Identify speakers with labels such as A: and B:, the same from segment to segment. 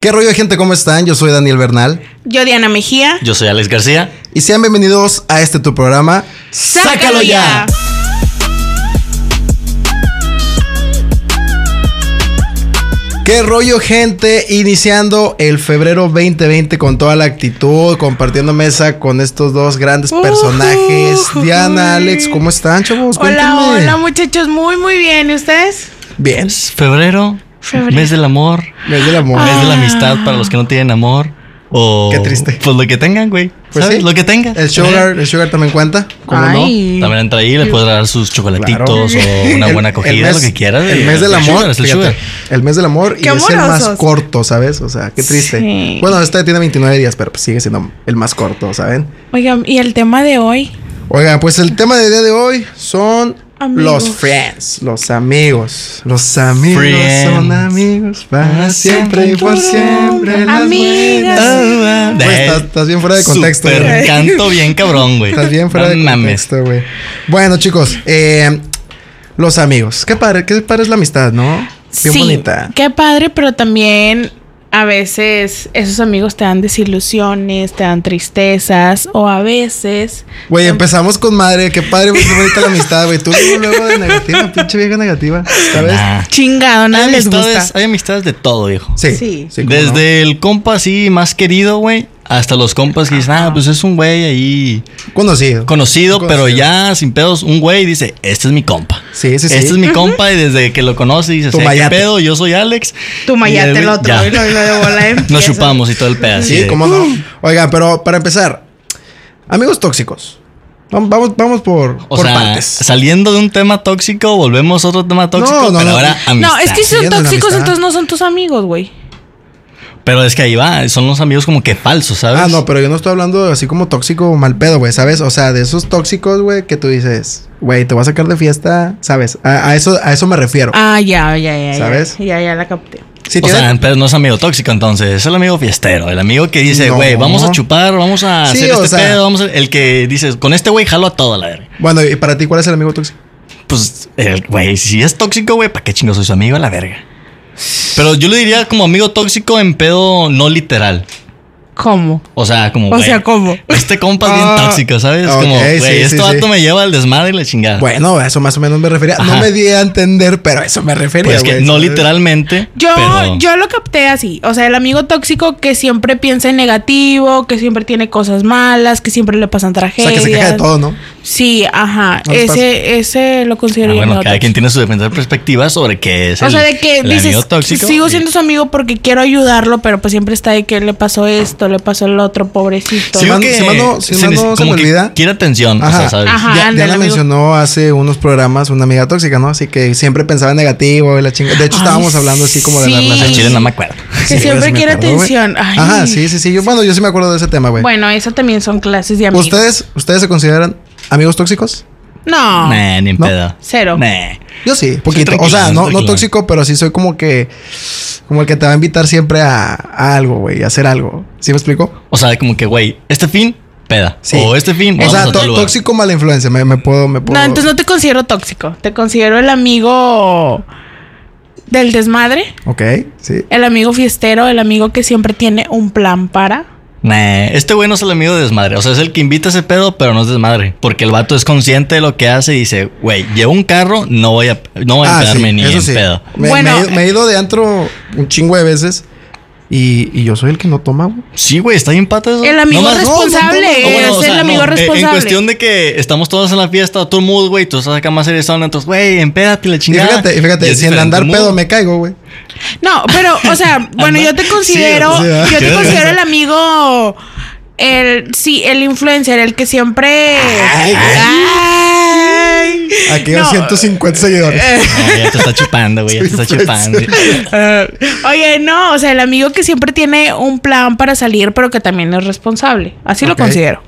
A: ¿Qué rollo, gente? ¿Cómo están? Yo soy Daniel Bernal.
B: Yo, Diana Mejía.
C: Yo soy Alex García.
A: Y sean bienvenidos a este tu programa.
B: ¡Sácalo ya!
A: ¿Qué rollo, gente? Iniciando el febrero 2020 con toda la actitud, compartiendo mesa con estos dos grandes personajes.
B: Ujú.
A: Diana, Alex, ¿cómo están,
C: Pues
A: chavos?
B: Hola,
A: Cuéntenme.
B: hola, muchachos. Muy, muy bien. ¿Y ustedes?
A: Bien,
C: Es febrero,
B: Febrero.
C: mes del amor,
A: mes del amor.
C: mes de la
B: Ah.
C: amistad para los que no tienen amor. O,
A: Qué triste.
C: Pues lo que tengan, güey.
A: Pues
C: ¿Sabes?
A: sí.
C: Lo que tengan.
A: El sugar, el sugar también cuenta.
C: ¿Cómo
B: Ay.
C: no? También entra ahí, le puedes dar sus chocolatitos o una
A: El-
C: buena
A: el
C: acogida,
A: mes-
C: lo que quieras. eh,
A: El mes del
C: El
A: amor.
C: sugar, es el
A: fíjate,
C: sugar.
A: el mes del amor y
B: Qué
A: es el más
B: amorosos.
A: corto, ¿sabes? O sea, qué triste.
B: Sí.
A: Bueno, este tiene 29 días, pero pues sigue siendo el más corto, ¿saben?
B: Oigan, ¿y el tema de hoy?
A: Oigan, pues el tema del día de hoy son
B: Amigos.
A: los friends, los amigos. Los amigos
C: Friends.
A: son amigos para siempre y por siempre. las
B: Amigas.
A: buenas.
C: Ah,
A: Güey,
C: eh,
A: estás, estás bien fuera de contexto.
C: súper
A: güey.
C: canto bien cabrón, güey.
A: Estás bien fuera
C: No
A: de
C: mames.
A: contexto, güey. Bueno, chicos, eh, los amigos. Qué padre, qué padre es la amistad, ¿no? Bien
B: sí,
A: bonita.
B: Qué padre, pero también a veces esos amigos te dan desilusiones, te dan tristezas o a veces.
A: Güey, empezamos con madre. Qué padre, güey, qué bonita la amistad, güey. Tú luego, luego de negativa, pinche vieja negativa. ¿Sabes?
C: Nah.
B: Chingado, nada
C: Hay
B: les gusta.
C: amistades- hay amistades de todo, viejo.
A: Sí.
B: Sí.
A: sí, cómo no.
C: Desde el compa así más querido, güey, hasta los compas que dicen, ah, pues es un güey ahí
A: Conocido.
C: conocido, pero
A: Conocido.
C: ya sin pedos, un güey dice, este es mi compa.
A: Sí, sí, sí.
C: Este es mi compa y desde que lo conoce dice,
A: Tu
C: "Sé ¿qué
A: mayate".
C: pedo? Yo soy Alex.
B: Tú
C: Y
B: mayate
C: el
B: el
C: güey-
B: otro
C: ya.
B: y lo, y lo de bola
C: Nos
B: empieza.
C: chupamos y todo el pedo. así
A: Sí,
C: de-
A: cómo no. Oiga, pero para empezar, amigos tóxicos. Vam- Vamos, vamos por,
C: O
A: por
C: sea,
A: partes.
C: saliendo de un tema tóxico, volvemos a otro tema tóxico,
A: No, no,
C: pero
A: no.
C: ahora amistad.
B: No, es que si son
A: Siguiendo la
B: tóxicos,
A: amistad.
B: entonces no son tus amigos, güey.
C: Pero es que ahí va, son los amigos como que falsos, ¿sabes?
A: Ah, no, pero yo no estoy hablando así como tóxico o mal pedo, güey, ¿sabes? O sea, de esos tóxicos, güey, que tú dices, güey, te voy a sacar de fiesta, ¿sabes? A, a eso, a eso me refiero.
B: Ah, ya, ya, ya. ya,
A: ¿Sabes?
B: Ya, ya la capté.
A: Si
C: o
A: tienen-
C: sea, pero no es amigo tóxico entonces, es el amigo fiestero, el amigo que dice,
A: No.
C: güey, vamos a chupar, vamos a
A: Sí,
C: hacer
A: o
C: este
A: sea-
C: pedo, vamos a... El que dices, con este güey jalo a toda la verga.
A: Bueno, ¿y para ti cuál es el amigo tóxico?
C: Pues, el güey, si es tóxico, güey, ¿para qué chingo soy su amigo a la verga? Pero yo le diría como amigo tóxico en pedo no literal.
B: ¿Cómo?
C: O sea, como,
B: O
C: güey,
B: sea, ¿cómo?
C: este compa es bien
A: Ah,
C: tóxico, ¿sabes?
A: ok,
C: como, güey,
A: sí, sí,
C: este
A: sí.
C: vato me lleva al desmadre y la chingada.
A: Bueno, a eso más o menos me refería. No
C: Ah. Ajá.
A: me di a entender, pero a eso me refería.
C: pues es que
A: güey,
C: no
A: ¿sabes?
C: literalmente,
B: Yo,
C: pero... ah,
B: yo lo capté así. O sea, el amigo tóxico que siempre piensa en negativo, que siempre tiene cosas malas, que siempre le pasan
A: O sea,
B: tragedias.
A: que se queja de todo, ¿no?
B: Sí, ajá.
A: No les pasa.
B: ese, ese lo
C: Ah,
B: considero yo
C: bueno,
B: amigo
C: cada quien
B: tóxico.
C: tiene su diferente perspectiva sobre qué es
B: O
C: el,
B: sea, de que
C: el
B: dices,
C: amigo tóxico.
B: sigo
C: y-
B: siendo su amigo porque quiero ayudarlo, pero pues siempre está de que le pasó esto, le pasó el otro, pobrecito.
A: Sí,
C: Sigo
A: Simán-
C: que
A: Simán no-
C: se
A: Simán no
C: neces-
A: se
C: como
A: me
C: que
A: olvida.
C: Quiere atención, o
A: Ajá.
C: sea, ¿sabes?
B: Ajá.
A: Ya-
B: ándale,
A: Diana
B: amigo.
A: mencionó hace unos programas una amiga tóxica, ¿no? Así que siempre pensaba en negativo y la chinga. De hecho,
B: Ay,
A: estábamos hablando así como de la
B: sí.
C: Al
A: relación.
C: chile no me acuerdo.
B: Que
A: me
B: siempre quiere
A: acuerdo, güey.
B: atención. Ay.
A: Ajá, sí, sí, sí. Yo, bueno, yo sí me acuerdo de ese tema, güey.
B: Bueno, eso también son clases de amigos.
A: ¿Ustedes, ¿Ustedes se consideran amigos tóxicos?
B: No.
C: Nah, ni en
A: No.
C: pedo.
B: Cero.
C: Nah.
A: Yo sí, poquito. o
C: tranquilón,
A: sea, no, no
C: tranquilón.
A: tóxico, pero sí soy como que. Como el que te va a invitar siempre a, a algo, güey, a hacer algo. ¿Sí me explico?
C: O sea, como que, güey, este fin, peda.
A: Sí.
C: O este fin,
A: O
C: vamos
A: sea,
C: a
A: tó-
C: tal lugar.
A: tóxico mala influencia. Me, me puedo, me puedo.
B: No, entonces no te considero tóxico. Te considero el amigo del desmadre,
A: Ok, sí.
B: el amigo fiestero, el amigo que siempre tiene un plan para.
C: Nah, este güey no es el amigo de desmadre. O sea, es el que invita ese pedo, pero no es desmadre. Porque el vato es consciente de lo que hace y dice, güey, llevo un carro, no voy a, no voy
A: Ah,
C: a
A: sí,
C: entrarme ni
A: eso
C: en
A: sí.
C: pedo.
A: Me,
B: Bueno,
A: me he- me he ido de antro un chingo de veces y, y yo soy el que no toma, güey.
C: Sí, güey, está bien pata eso.
B: El amigo
C: Nomás-
B: responsable.
C: No, bueno,
B: es
C: o sea,
B: el amigo
C: no, en-
B: responsable.
C: En cuestión de que estamos todos en la fiesta, todo el mood, güey, tú estás acá más serio, son entonces, güey, empédate la
A: Y
C: chingada.
A: fíjate, y fíjate,
C: Y es
A: si en
C: diferente
A: andar
C: el mood.
A: pedo me caigo, güey.
B: No, pero, o sea, bueno, yo te considero,
A: Sí, sí, ¿verdad?
B: yo
C: Qué
B: te considero
C: vergüenza.
B: el amigo, el, sí, el influencer, el que siempre.
A: Ay, güey.
B: Ay.
A: Aquí hay
B: No,
A: 150 seguidores.
C: No, ya te está chupando, güey, ya te está
A: pues,
C: chupando.
B: eh, oye, no, o sea, el amigo que siempre tiene un plan para salir, pero que también es responsable. Así
A: Ok.
B: lo considero.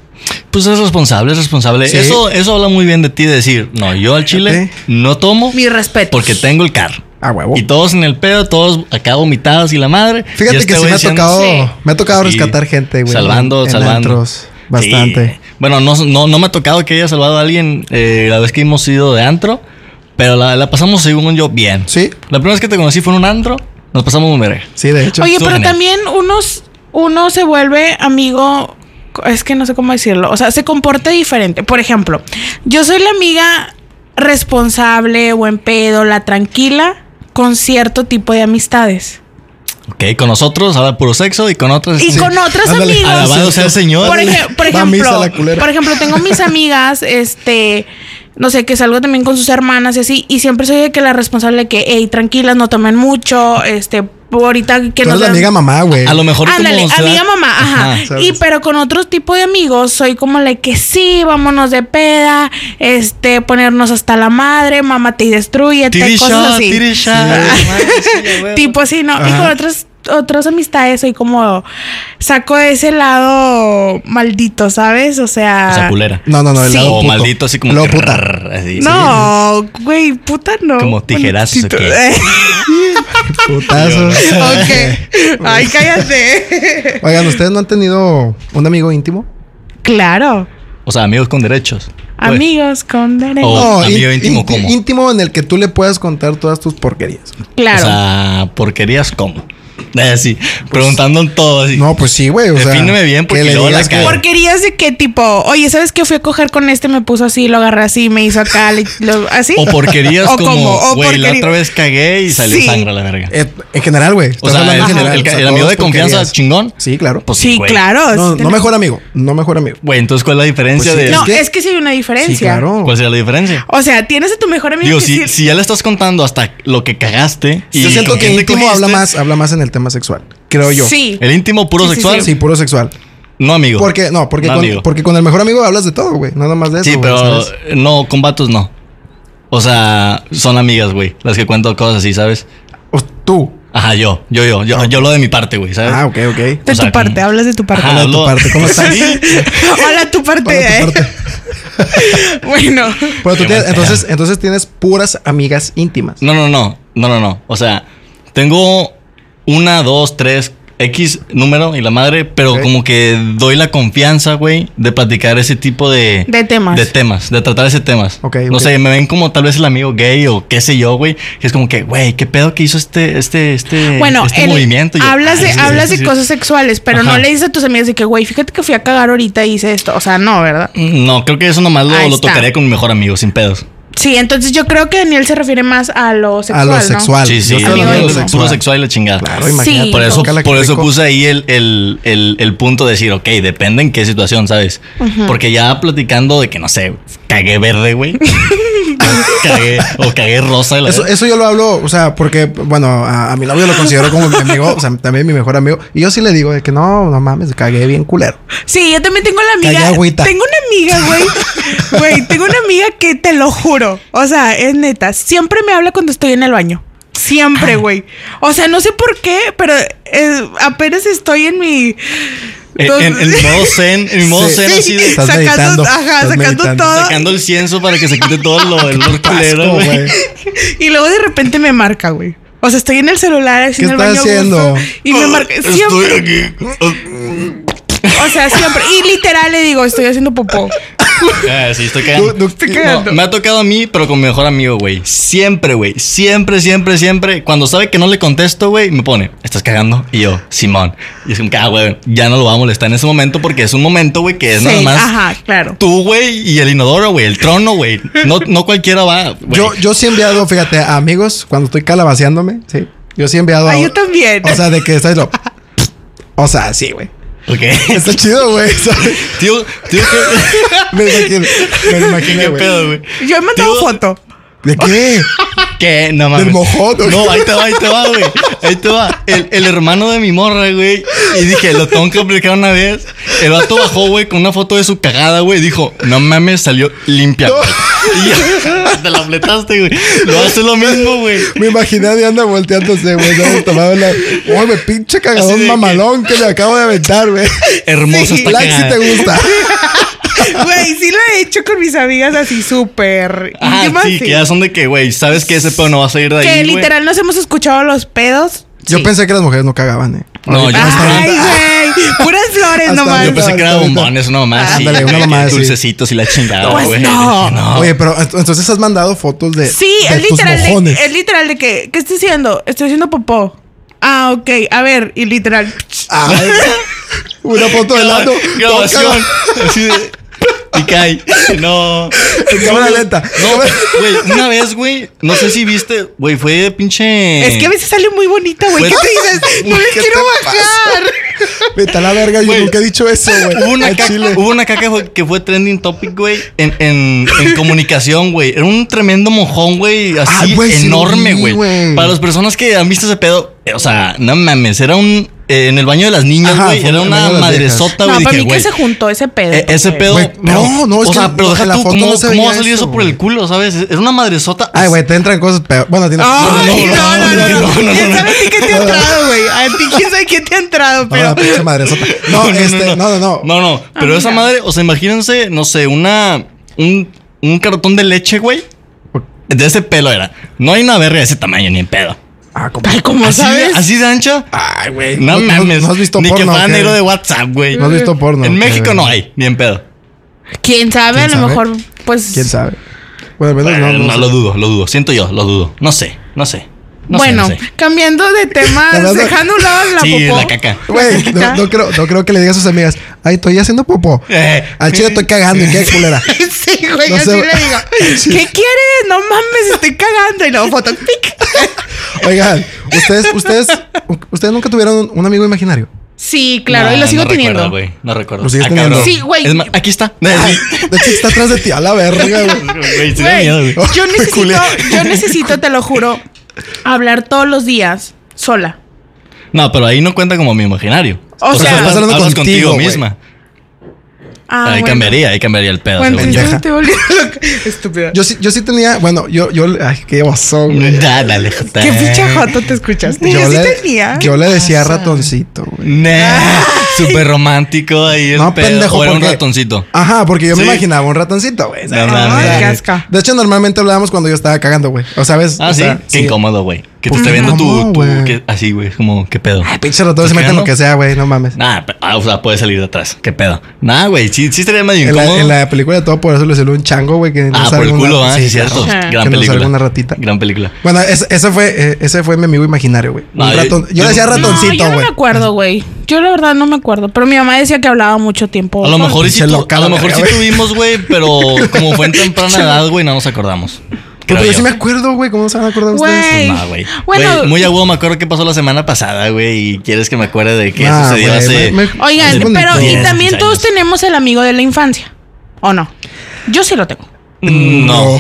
C: Pues es responsable, es responsable.
A: Sí.
C: Eso, eso habla muy bien de ti, de decir, no, yo al chile no tomo
B: Mi respeto.
C: porque tengo el carro.
A: A huevo.
C: Y todos en el pedo, todos acá vomitados y la madre.
A: Oh. Fíjate
C: Y este
A: que sí
C: güey
A: me ha
C: diciendo,
A: tocado,
B: Sí.
A: me ha tocado
C: Sí.
A: rescatar gente, güey.
C: Salvando,
A: en- en
C: salvando.
A: antros, bastante.
C: Sí. Bueno, no, no, no me ha tocado que haya salvado a alguien eh, la vez que hemos ido de antro, pero la, la pasamos según yo bien.
A: Sí.
C: La primera vez que te conocí fue en un antro Nos pasamos muy verga.
A: Sí, de hecho.
B: Oye,
C: estuvo
B: pero
C: genial.
B: también unos, uno se vuelve amigo, es que no sé cómo decirlo, o sea, se comporta diferente. Por ejemplo, yo soy la amiga responsable, buen pedo, la tranquila, con cierto tipo de amistades.
C: Ok, con nosotros habla puro sexo y con otros.
B: Y
C: sí.
B: con otros
A: Ah, Ándale.
B: amigos.
C: Alabado sea el Señor.
B: Por, ej- por
A: eh. Va a misa
B: ejemplo,
A: la culera.
B: por ejemplo, tengo mis amigas, este, no sé, que salgo también con sus hermanas y así, y siempre soy de que la responsable de que, hey, tranquilas, no tomen mucho, este, ahorita que
A: Tú
B: no
A: eres la amiga mamá, güey.
C: A lo mejor
B: Ándale,
C: como se da-
B: amiga mamá, ajá.
A: Ajá,
B: y
A: sabes.
B: pero con otro tipo de amigos soy como la que sí, vámonos de peda, este, ponernos hasta la madre, mamá te destruye, te
C: Tiri
B: cosas
C: shot,
B: así.
C: tiri shot. Madre, sí, güey.
B: Tipo así, ¿no? Y
A: Ajá.
B: con otras, otras amistades soy como saco ese lado maldito, ¿sabes? O sea.
C: O sea, culera.
A: No, no, no. El
B: Ah. Sí.
A: lado
C: O
A: puto.
C: maldito, así como.
A: Lado
C: que
A: puta.
C: rrr, así,
B: No, güey, puta no.
C: Como tijerazos,
B: Maldito.
A: Putazos.
B: ok. Ay, cállate.
A: Oigan, ¿ustedes no han tenido un amigo íntimo?
C: Pues,
B: claro.
C: sí. O sea, amigos con derechos. Pues,
B: Amigos con derecho.
C: Oh. amigo íntimo, ¿cómo?
A: Íntimo en el que tú le puedas contar todas tus porquerías.
B: claro.
C: O sea, porquerías como. Así, preguntando en todo. Así.
A: No, pues sí, güey. O sea,
C: Defíneme bien, porque
A: que le
C: luego la
A: digas que-
C: cago. Claro.
B: Porquerías de qué tipo, oye, ¿sabes qué? Fui a coger con este, me puso así, lo agarré así, me hizo acá, le- lo- así.
C: O porquerías
B: O como,
C: como.
B: o
C: Güey, la
B: porquería-
C: otra vez cagué y salió
B: Sí.
C: sangre a la verga.
A: Eh, en general, güey.
C: O
A: Estás
C: sea,
A: hablando en
C: el,
A: general,
C: el-
A: o sea,
C: el amigo
A: todas
C: de confianza
A: porquerías.
C: chingón.
A: Sí, claro.
C: Pues
B: sí,
C: güey.
B: claro.
A: No,
B: sí
A: no
B: tenemos-
A: mejor amigo. No mejor amigo.
C: Güey, entonces, ¿cuál es la diferencia
A: Pues sí,
C: de.?
B: No,
A: Es que-
B: es que sí hay una diferencia.
A: Sí, claro.
C: ¿Cuál sería la diferencia?
B: O sea, tienes a tu mejor amigo
C: Digo,
B: que
C: si,
B: sí-
C: si ya le estás contando hasta lo que cagaste. Y
A: Yo siento
C: con
A: que
C: quién te
A: íntimo habla
C: cogiste,
A: más, habla más en el tema sexual. Creo yo.
B: Sí.
C: El íntimo puro
B: Sí, sí,
C: sexual.
A: Sí, puro sexual.
C: No, amigo.
A: Porque, no, porque,
C: No,
A: con,
C: amigo.
A: porque con el mejor amigo hablas de todo, güey. Nada más de eso.
C: Sí,
A: güey,
C: pero
A: ¿sabes?
C: no, con vatos no. O sea, son amigas, güey. Las que cuento cosas así, ¿sabes?
A: O tú.
C: Ajá, yo, yo, yo, yo, yo lo de mi parte, güey, ¿sabes?
A: Ah, ok, ok.
B: De
C: o sea,
B: tu parte,
C: como-
B: hablas de tu parte.
C: Ajá,
A: Hola, tu
C: hablo-
A: parte, ¿cómo estás?
C: Sí.
B: Hola, tu parte.
A: Hola, tu
B: eh.
A: parte.
B: bueno.
A: Pero tú
C: Qué
A: tienes-
C: mal
A: entonces, entonces tienes puras amigas íntimas.
C: No, no, no, no, no, no. O sea, tengo una, dos, tres, X número y la madre, pero
A: Ok.
C: como que doy la confianza, güey, de platicar ese tipo de...
B: De temas.
C: De temas, de tratar ese temas.
A: Ok,
C: No
A: ok.
C: sé, me ven como tal vez el amigo gay o qué sé yo, güey. Que es como que, güey, qué pedo que hizo este, este, este,
B: Bueno,
C: este
B: el-
C: movimiento. Y yo,
B: hablas de,
C: "Ay, sí,
B: hablas
C: sí,
B: de
C: sí".
B: cosas sexuales, pero no
C: Ajá.
B: le dices a tus amigas de que, güey, fíjate que fui a cagar ahorita y hice esto. O sea, no, ¿verdad?
C: Mm, No, creo que eso nomás lo,
B: Ahí
C: lo
B: está.
C: tocaré con mi mejor amigo, sin pedos.
B: Sí, entonces yo creo que Daniel se refiere más a lo sexual.
A: a lo
B: ¿no?
A: sexual.
C: Sí, sí,
A: Yo estoy
B: amigo
C: amigo,
A: hablando de lo
B: íntimo.
C: puro sexual y la chingada.
A: Claro, imagínate.
B: Sí.
C: Por eso,
A: Guácala, qué
C: por eso
A: rico.
C: puse ahí el, el, el, el punto de decir, ok, depende en qué situación, ¿sabes? Porque ya platicando de que, no sé, cagué verde, güey. cagué, o cagué rosa. La
A: Eso,
C: verdad.
A: eso yo lo hablo, o sea, porque, bueno, a, a mi novio lo considero como mi amigo, o sea, también mi mejor amigo. Y yo sí le digo de que no, no mames, cagué bien culero.
B: Sí, yo también tengo la amiga.
A: Calla, agüita.
B: Tengo una amiga, güey. Güey, tengo una amiga que te lo juro. O sea, es neta. Siempre me habla cuando estoy en el baño.
A: Ah.
B: Siempre, güey. O sea, no sé por qué, pero eh, apenas estoy en mi.
C: En, Eh, en- en modo zen, en modo
A: Sí.
C: zen
B: Sí,
C: así de...
A: Estás
B: sacando,
A: meditando,
B: ajá,
A: estás
B: sacando
A: meditando.
B: todo.
C: Sacando el cienso para que se quite todo lo del
A: Asco,
C: culero, güey.
A: güey.
B: Y luego de repente me marca, güey. O sea, estoy en el celular, así
A: ¿Qué
B: en el
A: estás
B: baño a gusto,
A: haciendo?
B: Y me marca. Siempre.
C: Estoy aquí.
B: O sea, siempre. Y literal le digo, estoy haciendo popó.
C: Ah, sí, estoy cagando.
A: Tú- tú-
B: Estoy
A: no,
C: No,
B: cagando.
C: me ha tocado a mí, pero con mi mejor amigo, güey. Siempre, güey. Siempre, siempre, siempre. Cuando sabe que no le contesto, güey, me pone, estás cagando. Y yo, Simón. Y es como, que, ah, güey, ya no lo va a molestar en ese momento porque es un momento, güey, que es
B: Sí,
C: nada más
B: ajá, claro.
C: tú, güey, y el inodoro, güey, el trono, güey. No, no cualquiera va, güey.
A: Yo, yo sí he enviado, fíjate, a amigos, cuando estoy calabaceándome, sí. Yo sí he enviado.
B: Ah,
A: a-
B: yo también.
A: O sea, de que estás lo. O sea, sí, güey.
C: Ok.
A: Está chido, güey. ¿sabes?
C: tío, tío, ¿qué,
A: Me lo imaginé, me lo
C: qué,
A: imaginé,
C: qué
A: güey.
C: pedo, güey?
B: Yo he mandado
C: Tío-
B: foto.
A: ¿De qué?
C: ¿Qué? No mames.
A: Del mojón, güey.
C: No, ahí te va, ahí te va, güey. Ahí te va. El, el hermano de mi morra, güey. Y dije, lo tengo que aplicar una vez. El vato bajó, güey, con una foto de su cagada, güey. Dijo, no mames, salió limpia, güey. Y yo, te la fletaste, güey. Lo hace lo mismo, güey.
A: Me imaginé a Diana volteándose, güey. ¿no? Tomaba la. Oye, me pinche
C: Así de
A: cagadón
C: que-
A: mamalón que... me acabo de aventar, güey.
C: Hermosa está
A: Like si
C: cagada.
A: te gusta.
B: Güey, sí lo he hecho con mis amigas así súper
C: Ah,
B: íntimas.
C: sí,
B: sí.
C: que ya son de que, güey, sabes que ese pedo no va a salir de ahí,
B: Que
C: güey?
B: literal nos hemos escuchado los pedos.
A: Yo
B: Sí.
A: pensé que las mujeres no cagaban, eh.
C: No, yo hasta
B: Ay,
C: ahorita-
B: güey. Puras flores
A: Hasta
B: nomás.
C: Yo pensé que era
A: Ahorita-
C: bombones, una mamá así.
A: Ándale, una
C: güey, que
A: mamá así.
C: Dulcecitos y la chingada,
B: Pues
C: güey.
B: no.
A: Oye, pero ent- entonces has mandado fotos de.
B: Sí,
A: de
B: es
A: tus
B: literal. de-
A: mojones.
B: es literal de que. ¿Qué estoy haciendo? Estoy haciendo popó. Ah, ok. A ver, y literal.
A: Ay, Ah, una foto de lado.
C: Grabación. Así de- Y cae. No.
A: En cámara lenta.
C: No, güey, una vez, güey, no sé si viste, güey, fue de pinche.
B: Es que a veces sale muy bonita, güey.
C: Pues-
B: ¿Qué te dices? No le
A: ¿Qué
B: quiero
A: te
B: bajar.
A: Vete a la verga, yo
C: Güey,
A: nunca he dicho eso, güey.
C: Hubo una,
A: Al
C: caca,
A: chile.
C: hubo una caca que fue, que fue trending topic, güey, en, en, en comunicación, güey. Era un tremendo mojón, güey, así
A: Ah, güey, sí
C: enorme,
A: lo vi,
C: güey.
A: güey.
C: Para las personas que han visto ese pedo, eh, o sea, no mames, era un. eh, en el baño de las niñas,
A: Ajá,
C: güey,
A: fue
C: era
A: en el baño
C: una
A: de las
C: madresota,
B: No,
C: güey.
B: para
C: pues dije,
B: mí que
C: güey,
B: se juntó ese pedo.
C: e- ese
B: porque-
C: pedo.
A: Eh, Güey,
C: pero-
A: no, no, es
C: O
A: que
C: sea, pero
A: en
C: deja
A: la
C: tú,
A: foto
C: ¿cómo,
A: no se
C: cómo va a
A: veía
C: salir eso
A: eso,
C: por el
A: güey.
C: culo, sabes? Era una madresota.
A: Ay, güey, te entran cosas peor. Bueno, tienes.
B: Ay,
C: No,
B: no,
C: no,
B: no, no,
C: no, no,
B: no.
C: no,
B: ¿Quién
C: no.
B: sabe a ti qué te ha entrado, güey? A ti quién sabe qué te ha entrado,
A: No,
B: pero...
A: la pinche madresota. No, este, no, no, no.
C: No, no. Pero
B: Ah,
C: esa
B: mira.
C: madre, o sea, imagínense, no sé, una. Un, un cartón de leche, güey. De ese pelo era. No hay una verga de ese tamaño, ni en pedo.
A: Ah, como.
B: Ay, ¿cómo
C: Así, de-
B: sabes?
C: así de ancha.
A: Ay, güey.
C: No, mames.
A: No has visto
C: ni que
A: porno.
C: fuera
A: ¿o qué?
C: negro de WhatsApp, güey.
A: No has visto porno.
C: en
A: ¿o qué,
C: México
A: güey?
C: no hay, ni en pedo.
B: ¿Quién sabe?
A: ¿Quién
B: a lo
A: sabe?
B: mejor, pues...
A: ¿Quién sabe? Bueno, al menos no.
C: Bueno,
A: no
C: no,
A: sé.
C: lo dudo, lo dudo. Siento yo, lo dudo. No sé, no sé. No sé,
B: bueno,
C: no sé.
B: cambiando de tema,
A: La verdad-
B: dejando a un lado la
C: sí,
B: popó.
C: la caca.
A: Güey, no, no creo, no creo que le digas a sus amigas, ay, estoy haciendo popó.
C: Eh.
A: Al chile estoy cagando y qué culera.
B: Sí, güey,
A: No
B: así
A: sé.
B: le digo.
A: Sí.
B: ¿Qué quieres? No mames, estoy cagando. Y luego foto, pic.
A: Oigan, ustedes, ustedes, ustedes nunca tuvieron un, un amigo imaginario.
B: Sí, claro,
C: No,
B: y lo sigo
C: no
B: teniendo.
C: Recuerdo, güey, no recuerdo.
A: Lo sigues
C: Ah,
A: teniendo.
C: cabrón.
B: Sí, güey.
C: Es más, Aquí está.
A: Ay, de hecho, está atrás de ti, a la verga, güey.
C: Güey, sí da miedo,
B: Güey,
C: güey.
B: yo necesito,
A: Culero.
B: yo necesito, te lo juro, hablar todos los días sola.
C: No, pero ahí no cuenta como mi imaginario.
B: O sea,
C: hablas-
A: estás hablando
C: hablas
A: contigo, güey.
C: misma.
B: Ah,
C: ahí
B: bueno.
C: cambiaría, ahí cambiaría el pedo.
B: Bueno,
C: según yo.
A: pendeja.
B: entonces te volví loca. Estúpida.
A: Yo sí, yo sí tenía, bueno, yo, yo, ay, qué oso, güey. Este,
C: Ya, dale, jota.
B: Qué pinche joto te escuchaste. Yo,
A: Yo
B: sí
A: le,
B: tenía.
A: yo le decía ratoncito, güey.
C: Nah, súper romántico ahí el
A: No,
C: pedo.
A: pendejo,
C: o era un
A: porque-
C: ratoncito.
A: Ajá, porque yo me
C: Sí.
A: imaginaba un ratoncito, güey.
C: No
B: Ay,
C: mames.
B: qué asco.
A: De hecho, normalmente hablábamos cuando yo estaba cagando, güey. O sabes.
C: Ah,
A: O
C: sí.
A: sea,
C: Qué incómodo, güey. Que te
A: Pues
C: esté
A: qué
C: viendo tu.
A: incómodo,
C: tu-
A: güey.
C: que- así, güey. Es como, qué pedo.
A: Ay, pinche ratón se
C: ¿Estás
A: meten lo
C: cagando?
A: que sea, güey. No mames.
C: Nah, pe- ah, o sea, puede salir de atrás. Qué pedo. Nah, güey. Sí, sí estaría medio
A: En la,
C: incómodo.
A: en la película de todo por eso le salió un chango, güey. Que
C: ah,
A: sabe
C: por el
A: alguna-
C: culo, ah, sí,
A: claro.
C: cierto.
B: Ajá.
C: Gran
A: Que nos
C: película.
A: salga una ratita.
C: Gran película.
A: Bueno, es- ese fue, eh, ese fue mi amigo imaginario, güey. Un
C: No, yo-
A: ratón- yo,
C: yo-
A: le decía
C: No,
B: no, yo
A: ratoncito,
B: no
A: güey.
B: me acuerdo, güey. Yo la verdad no me acuerdo. Pero mi mamá decía que hablaba mucho tiempo.
C: A lo
B: sola.
C: mejor, y sí,
A: Pinche
C: tu-
A: loca
C: a
A: la
C: lo mejor sí
A: verga, güey.
C: tuvimos, güey, pero como fue en temprana edad, güey, no nos acordamos.
A: Pero
C: Creo
A: yo sí
C: yo.
A: me acuerdo, güey. ¿Cómo no se van a acordar ustedes?
B: Güey.
C: No, güey.
B: Bueno-
C: Güey, muy agudo me acuerdo qué pasó la semana pasada, güey. Y quieres que me acuerde de qué
A: Ah,
C: sucedió
A: güey,
C: hace.
A: me- me-
B: Oigan,
A: Es bonito.
B: pero y
C: Diez,
B: también
C: diez
B: todos
C: años.
B: tenemos el amigo de la infancia. ¿O no? Yo sí lo tengo.
C: Mm, No.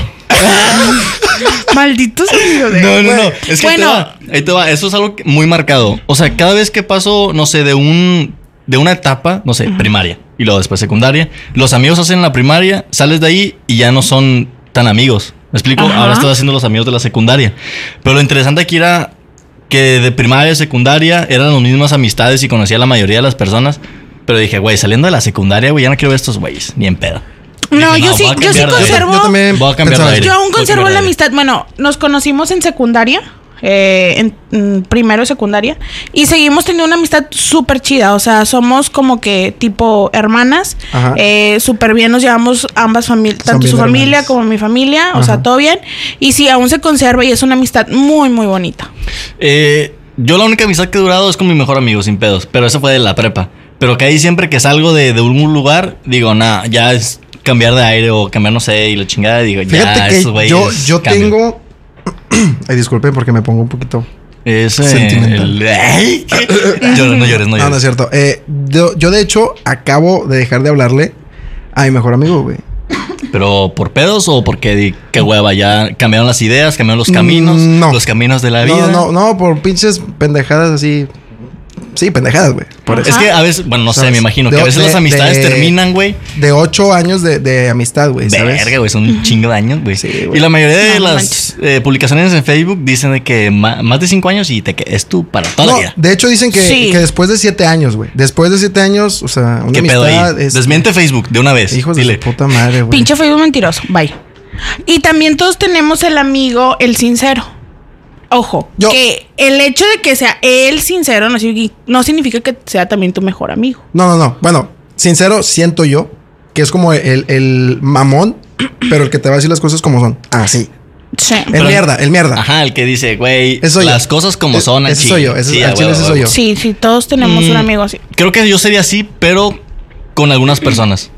B: Malditos amigos de.
C: No, no, no.
A: Güey.
C: Es que
B: Bueno.
C: ahí, te va, ahí te va. Eso es algo que- muy marcado. O sea, cada vez que paso, no sé, de un de una etapa, no sé, primaria y luego después secundaria, los amigos hacen la primaria, sales de ahí y ya no son tan amigos. ¿Me explico?
B: Ajá.
C: Ahora estás haciendo los amigos de la secundaria. Pero lo interesante aquí era que de primaria y secundaria eran las mismas amistades y conocía a la mayoría de las personas. Pero dije, güey, saliendo de la secundaria, güey, ya no quiero ver estos güeyes, ni en pedo.
B: No,
C: Dije,
B: yo
C: no,
B: sí,
C: voy
B: yo
C: a
B: sí
C: cambiar de-
B: conservo.
A: Yo también
C: Voy a cambiar de
A: pensaba-
C: aire.
B: Yo aún
C: Voy a
B: conservo
C: cambiar de
B: la
C: aire.
B: amistad. Bueno, nos conocimos en secundaria, eh, en, mm, primero de secundaria, y seguimos teniendo una amistad súper chida. O sea, somos como que tipo hermanas,
A: Ajá.
B: eh, súper bien nos llevamos ambas familias,
A: Son
B: tanto
A: bien
B: su familia
A: hermanas.
B: como mi familia, o
A: Ajá.
B: sea, todo bien. Y sí, aún se conserva y es una amistad muy, muy bonita.
C: Eh, yo la única amistad que he durado es con mi mejor amigo, sin pedos. Pero eso fue de la prepa. Pero que ahí siempre que salgo de, de un lugar, digo, nah, ya es cambiar de aire o cambiar, no sé, y la chingada. Digo,
A: Fíjate
C: ya, esos
A: que
C: güeyes
A: yo, yo
C: cambian".
A: tengo. Ay, disculpen porque me pongo un poquito.
C: Es, eh,
A: Sentimental.
C: el- Ay, ¿qué? Llora, no llores, no llores.
A: No, no es cierto. Eh, yo, yo, de hecho, acabo de dejar de hablarle a mi mejor amigo, güey.
C: Pero por pedos o porque di, qué hueva, ya cambiaron las ideas, cambiaron los caminos,
A: Mm, No.
C: los caminos de la vida.
A: No, no, no, por pinches pendejadas así. Sí, pendejadas, güey. Por eso.
C: Es que a veces, bueno, no sé,
A: ¿Sabes?
C: me imagino que
A: De-
C: a veces
A: de-
C: las amistades
A: de-
C: terminan, güey.
A: De ocho años de, de amistad, güey. ¿sabes?
C: Verga, güey, son un chingo de años, güey.
A: Sí, güey.
C: y la mayoría de
B: No
C: las
B: manches.
C: eh, publicaciones en Facebook dicen de que ma- más de cinco años y te que es tú para toda
A: No,
C: la vida.
A: de hecho dicen que,
B: Sí.
A: que después de siete años, güey. Después de siete años, o sea, una
C: ¿Qué pedo
A: amistad
C: ahí?
A: es.
C: Desmiente Facebook de una vez.
A: Hijos de
C: Dile.
A: su puta madre, güey.
B: Pinche Facebook mentiroso, bye. Y también todos tenemos el amigo, el sincero. Ojo,
A: Yo-
B: que el hecho de que sea él sincero no signifi- no significa que sea también tu mejor amigo.
A: No, no, no. Bueno, sincero, siento yo que es como el, el mamón, pero el que te va a decir las cosas como son. Así.
B: Sí.
A: El mierda, el mierda.
C: Ah, Ajá, el que dice, güey,
A: Eso soy yo.
C: las cosas como
A: Es-
C: son. al
A: ese
C: chile.
A: soy yo, ese-
C: Sí,
A: al
C: a
A: chile
C: huevo,
A: ese
C: a
A: soy
C: huevo.
A: yo.
B: Sí, sí, todos tenemos un
C: Mm.
B: amigo así.
C: Creo que yo sería así, pero con algunas personas.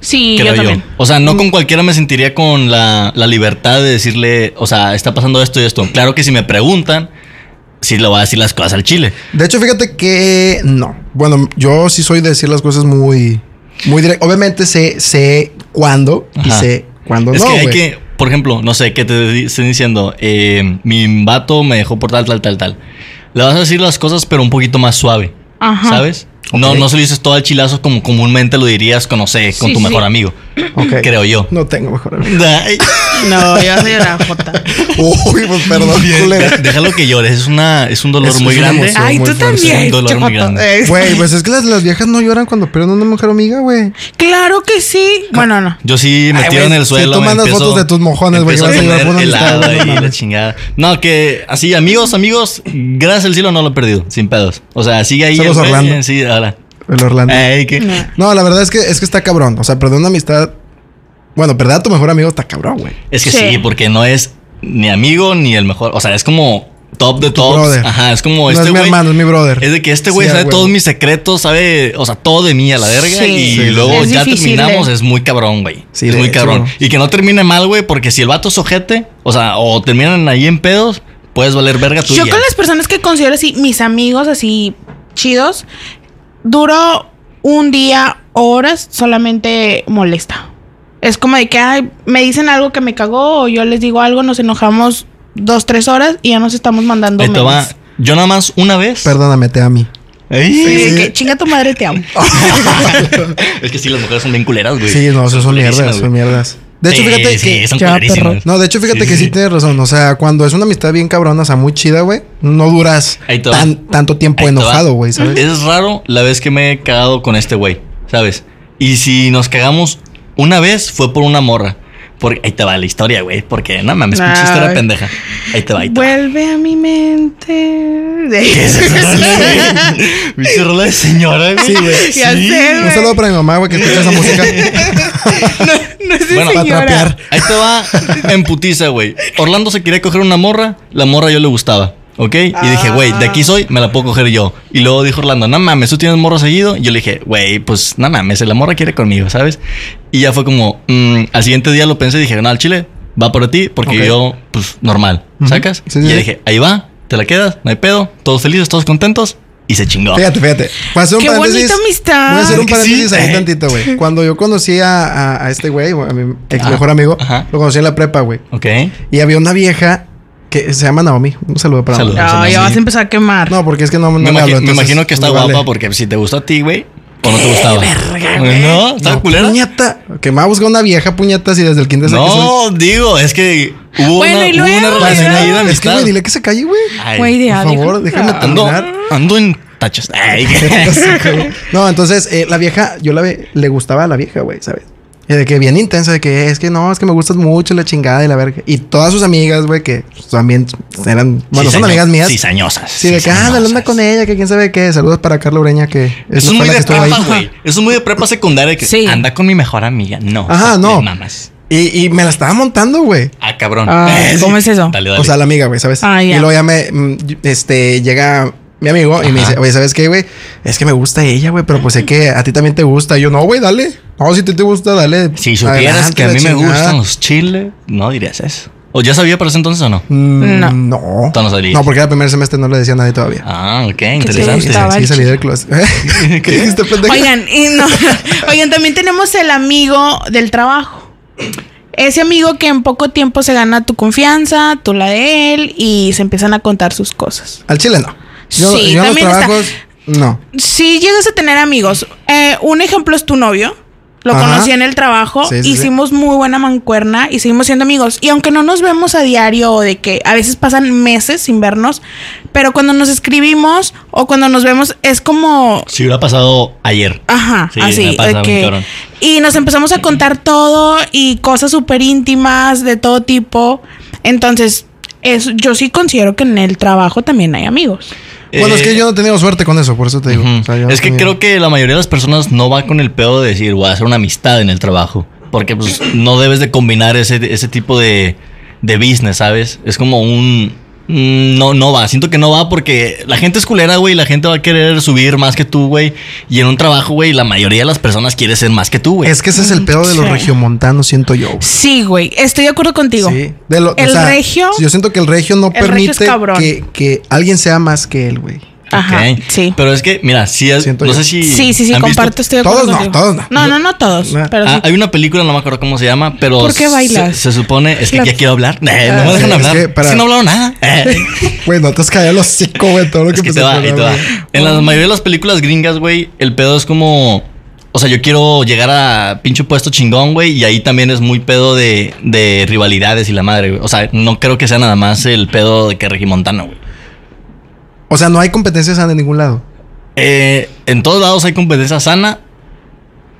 B: Sí,
C: creo
B: yo
C: yo.
B: también.
C: O sea, no
A: Mm.
C: con cualquiera me sentiría con la, la libertad de decirle, o sea, está pasando esto y esto. Claro que si me preguntan, sí lo va a decir las cosas al chile.
A: De hecho, fíjate que no. Bueno, yo sí soy de decir las cosas muy, muy directo. Obviamente sé, sé cuándo y
C: Ajá.
A: sé cuándo
C: es
A: Pues no.
C: que hay
A: güey.
C: que, por ejemplo, no sé, que te di- estén diciendo, eh, mi vato me dejó por tal, tal, tal, tal. Le vas a decir las cosas, pero un poquito más suave,
B: Ajá.
C: ¿sabes? No,
A: Ok.
C: no se lo dices todo al chilazo como comúnmente lo dirías con, no sé, con
B: Sí,
C: tu
B: sí.
C: mejor amigo.
A: Ok.
C: Creo yo.
A: No tengo mejor amigo.
C: Ay,
B: No, yo soy una jota.
A: Uy, pues perdón,
C: bien,
A: culera.
C: de- Déjalo que llores, es, una, es un dolor
A: Es-
C: muy
A: es una
C: grande.
A: emoción.
B: Ay,
A: muy
B: tú
A: fuerte.
B: también.
C: Un dolor muy
B: chapato.
C: grande.
B: Eh,
A: Güey, pues es que las, las viejas no lloran cuando pierden una mujer amiga, güey.
B: Claro que sí. Bueno, no.
C: Yo sí me
A: Ay,
C: tiro en
A: güey,
C: el
A: si
C: suelo.
A: tú
C: me
A: mandas
C: empiezo-
A: fotos de tus mojones, güey,
C: empiezo
A: que vas
C: a
A: a llevar
C: tener
A: por donde está,
C: helado
A: güey, no
C: ahí, la
A: mames.
C: chingada. No, que así, amigos, amigos, gracias al cielo no lo he perdido, sin pedos. O sea, sigue ahí.
A: Saludos,
C: el güey,
A: Orlando.
C: eh, Sí, ahora.
A: El Orlando.
C: Ey, que-
B: No.
A: No, la verdad es que, es que está cabrón. O sea, perder una amistad. Bueno, perder a tu mejor amigo está cabrón, güey.
C: Es que
B: Sí.
C: sí. porque no es ni amigo ni el mejor. O sea, es como top de tops.
A: brother.
C: Ajá, es como
A: No
C: este
A: es mi
C: güey.
A: hermano, es mi brother.
C: Es de que este güey
A: Sí, a
C: sabe
A: huevo.
C: todos mis secretos, sabe, o sea, todo de mí a la verga.
B: Sí.
C: Y
A: Sí,
C: luego
B: es
C: ya
B: difícil,
C: terminamos,
B: eh.
C: es muy cabrón, güey.
A: Sí,
C: es
A: de
C: muy
A: hecho.
C: cabrón. Y que no termine mal, güey, porque si el vato es ojete, o sea, o terminan ahí en pedos, puedes valer verga tuya.
B: Yo con las personas que considero así mis amigos así chidos, duro un día, horas, solamente molesta. Es como de que ay, me dicen algo que me cagó o yo les digo algo, nos enojamos dos, tres horas y ya nos estamos mandando
C: Ahí te va.
B: memes.
C: Yo nada más una vez.
A: Perdóname, te a mí.
C: Ey.
B: Y de
A: Sí.
B: que, chinga tu madre, te amo.
C: Es que sí, las mujeres son bien culeras, güey.
A: Sí, no, son, son mierdas,
C: culerísimas,
A: son
C: güey.
A: mierdas. De hecho,
C: Sí,
A: fíjate
C: sí,
A: que.
C: son
B: Ya,
C: culerísimas.
B: perro.
A: No, de hecho, fíjate
C: Sí,
A: que
C: sí,
A: sí,
C: sí.
A: tienes razón. O sea, cuando es una amistad bien cabrona, o sea, muy chida, güey, no duras
C: Ahí te va.
A: tan, tanto tiempo
C: Ahí te va.
A: enojado, güey, ¿sabes?
C: Es raro la vez que me he cagado con este güey, ¿sabes? Y si nos cagamos una vez fue por una morra. Porque ahí te va la historia, güey. Porque no mames, pinche
B: Ay.
C: historia pendeja. Ahí te va, ahí te va.
B: Vuelve a mi mente.
C: ¿Qué es esa rola, güey? ¿Viste rola de señora, güey?
A: Sí, güey.
B: Ya
C: Sí.
B: sé, güey.
A: Un saludo para mi mamá, güey, que escucha esa música.
B: No, no es de
C: Bueno, va a
B: señora.
A: trapear.
C: Ahí te va en putiza, güey. Orlando se quería coger una morra, la morra yo le gustaba, ¿ok? Y dije, güey, de aquí soy, me la puedo coger yo. Y luego dijo Orlando, no mames, tú tienes morro seguido. Y yo le dije, güey, pues no mames, la morra quiere conmigo, ¿sabes? Y ya fue como, mm, al siguiente día lo pensé y dije, no, al chile, va por ti, porque
A: Ok.
C: yo, pues normal,
A: Ujú.
C: ¿sacas?
A: Sí, sí,
C: y ya
A: sí.
C: dije, ahí va, te la quedas, no hay pedo, todos felices, todos contentos. Y se chingó.
A: Fíjate, fíjate. Voy a hacer un
B: Qué
A: paréntesis.
B: bonita amistad.
A: Voy a hacer un
C: Que sí,
A: paréntesis ahí
C: eh.
A: tantito, güey. Cuando yo conocí a, a- a este güey, a mi ex
C: Ah,
A: mejor amigo,
C: ajá.
A: lo conocí en la prepa, güey.
C: ¿Ok?
A: Y había una vieja que se llama Naomi. Un saludo para
C: Saludos.
A: Naomi.
B: No, ya vas a empezar a quemar.
A: No, porque es que no, no
C: me,
A: le
C: imagi-
A: hablo,
C: me
A: entonces,
C: imagino que está
A: me
C: guapa
A: vale.
C: porque si te gusta a ti, güey, o no te gustaba. Pues, no, está
A: No,
C: culera.
A: Puñeta. Que me va a buscar una vieja puñeta si desde el kinder sé que soy-
C: No, digo, es que hubo
B: Bueno,
C: una,
B: y
C: hubo
B: luego,
C: una
B: y
C: relación
B: luego.
C: ahí de
A: Es que,
C: amistad.
A: güey, dile que se calle, güey.
C: Ay,
B: Güey, de- Ya,
A: Por favor,
B: déjame
A: déjame
C: ando,
A: terminar.
C: ando en tachas. Ay,
A: No, entonces eh, la vieja, yo la ve, le gustaba a la vieja, güey, ¿sabes? Y de que bien intensa, de que es que no, es que me gustas mucho la chingada y la verga. Y todas sus amigas, güey, que también eran, bueno, son
C: Cizaño-
A: amigas mías. Sí,
C: Cizañosas.
A: de que, ah,
C: cizañosas.
A: dale onda con ella, que quién sabe qué. Saludos para Carla Ureña, que es la
C: Eso es muy
A: que
C: de
A: estuvo
C: prepa,
A: ahí.
C: güey. Eso es muy de prepa secundaria que
B: Sí.
C: anda con mi mejor amiga. No.
A: Ajá,
C: te
A: no.
C: mamas.
A: Y, y me la estaba montando, güey.
C: Ah, cabrón.
B: Ah, ¿cómo es eso?
C: Dale, dale.
A: O sea, la amiga, güey, ¿sabes?
B: Ah, ya.
A: Y luego ya me, mm, este, llega mi amigo y me
C: Ajá.
A: dice, oye, ¿sabes qué, güey? Es que me gusta ella, güey, pero pues sé que a ti también te gusta. Y yo, no, güey, dale. No, si a ti te gusta, dale.
C: si supieras
A: Adelante,
C: que a
A: la
C: mí me
A: chingada.
C: gustan los chiles, no dirías eso. ¿O ya sabía para ese entonces o no?
A: Mm,
B: No.
A: No.
C: Tú no salías.
A: No, porque era el primer semestre, no le decía a nadie todavía.
C: Ah, ok,
A: Sí,
C: interesante.
A: sí,
B: gustaba
A: sí,
B: el
A: salí del closet. ¿Eh? ¿Qué dijiste, pendejo?
B: Oigan, y no- oigan, también tenemos el amigo del trabajo. Ese amigo que en poco tiempo se gana tu confianza, tú la de él, y se empiezan a contar sus cosas.
A: Al chile no. Yo, yo
B: Sí,
A: en los
B: también está.
A: trabajos, no.
B: Si llegas a tener amigos, eh, un ejemplo es tu novio. Lo
A: Ajá.
B: conocí en el trabajo,
A: Sí, sí, sí.
B: hicimos muy buena mancuerna y seguimos siendo amigos. Y aunque no nos vemos a diario o de que a veces pasan meses sin vernos, pero cuando nos escribimos o cuando nos vemos es como
C: Si hubiera pasado ayer.
B: Ajá,
C: Sí,
B: así.
C: me pasa,
B: de
C: muy
B: que-
C: cabrón.
B: y nos empezamos a contar todo y cosas súper íntimas de todo tipo. Entonces, es, yo sí considero que en el trabajo también hay amigos.
A: Bueno, es
C: Eh,
A: que yo no he tenido suerte con eso, por eso te digo.
C: Ujú.
A: O sea, yo no
C: es que
A: tenía-
C: creo que la mayoría de las personas no va con el pedo de decir voy a hacer una amistad en el trabajo. Porque pues no debes de combinar ese, ese tipo de, de business, ¿sabes? Es como un... mm, No, no va. Siento que no va porque la gente es culera, güey. La gente va a querer subir más que tú, güey. Y en un trabajo, güey, la mayoría de las personas quiere ser más que tú, güey.
A: Es que ese es el pedo de los
B: Sí.
A: regiomontanos, siento yo. güey.
B: Sí, güey. Estoy de acuerdo contigo.
A: Sí. De lo- o
B: el
A: sea,
B: regio.
A: Yo siento que el regio no
B: regio
A: permite
B: es cabrón.
A: que, que alguien sea más que él, güey.
B: Ajá.
C: Ok.
B: Sí.
C: Pero es que, mira, sí, es-
A: Siento
C: no
A: yo.
C: sé si.
B: sí, sí, sí,
C: ¿han visto?
B: comparto, estoy de acuerdo
A: Todos no,
B: contigo.
A: todos no.
B: No, no, no todos.
A: No.
B: Pero
C: Ah,
B: sí.
C: Hay una película, no me acuerdo cómo se llama, pero.
B: ¿Por qué
C: se-
B: bailas?
C: Se, supone. Es que
B: Claro.
C: ya quiero hablar. Eh, no
B: Ah,
C: me dejan
A: sí,
C: hablar.
A: es
C: Es
A: que
C: que,
A: para-
C: no hablaron nada. Eh,
A: Güey, no te has caído los cinco, güey, todo lo que
C: es que te va,
A: empezaste a
C: ahí te va.
A: hablar, güey.
C: En la mayoría de las películas gringas, güey, el pedo es como. O sea, yo quiero llegar a pinche puesto chingón, güey, y ahí también es muy pedo de, de rivalidades y la madre, güey. O sea, no creo que sea nada más el pedo de que Regimontano, güey.
A: O sea, no hay competencias sana en ningún lado.
C: Eh, en todos lados hay competencia sana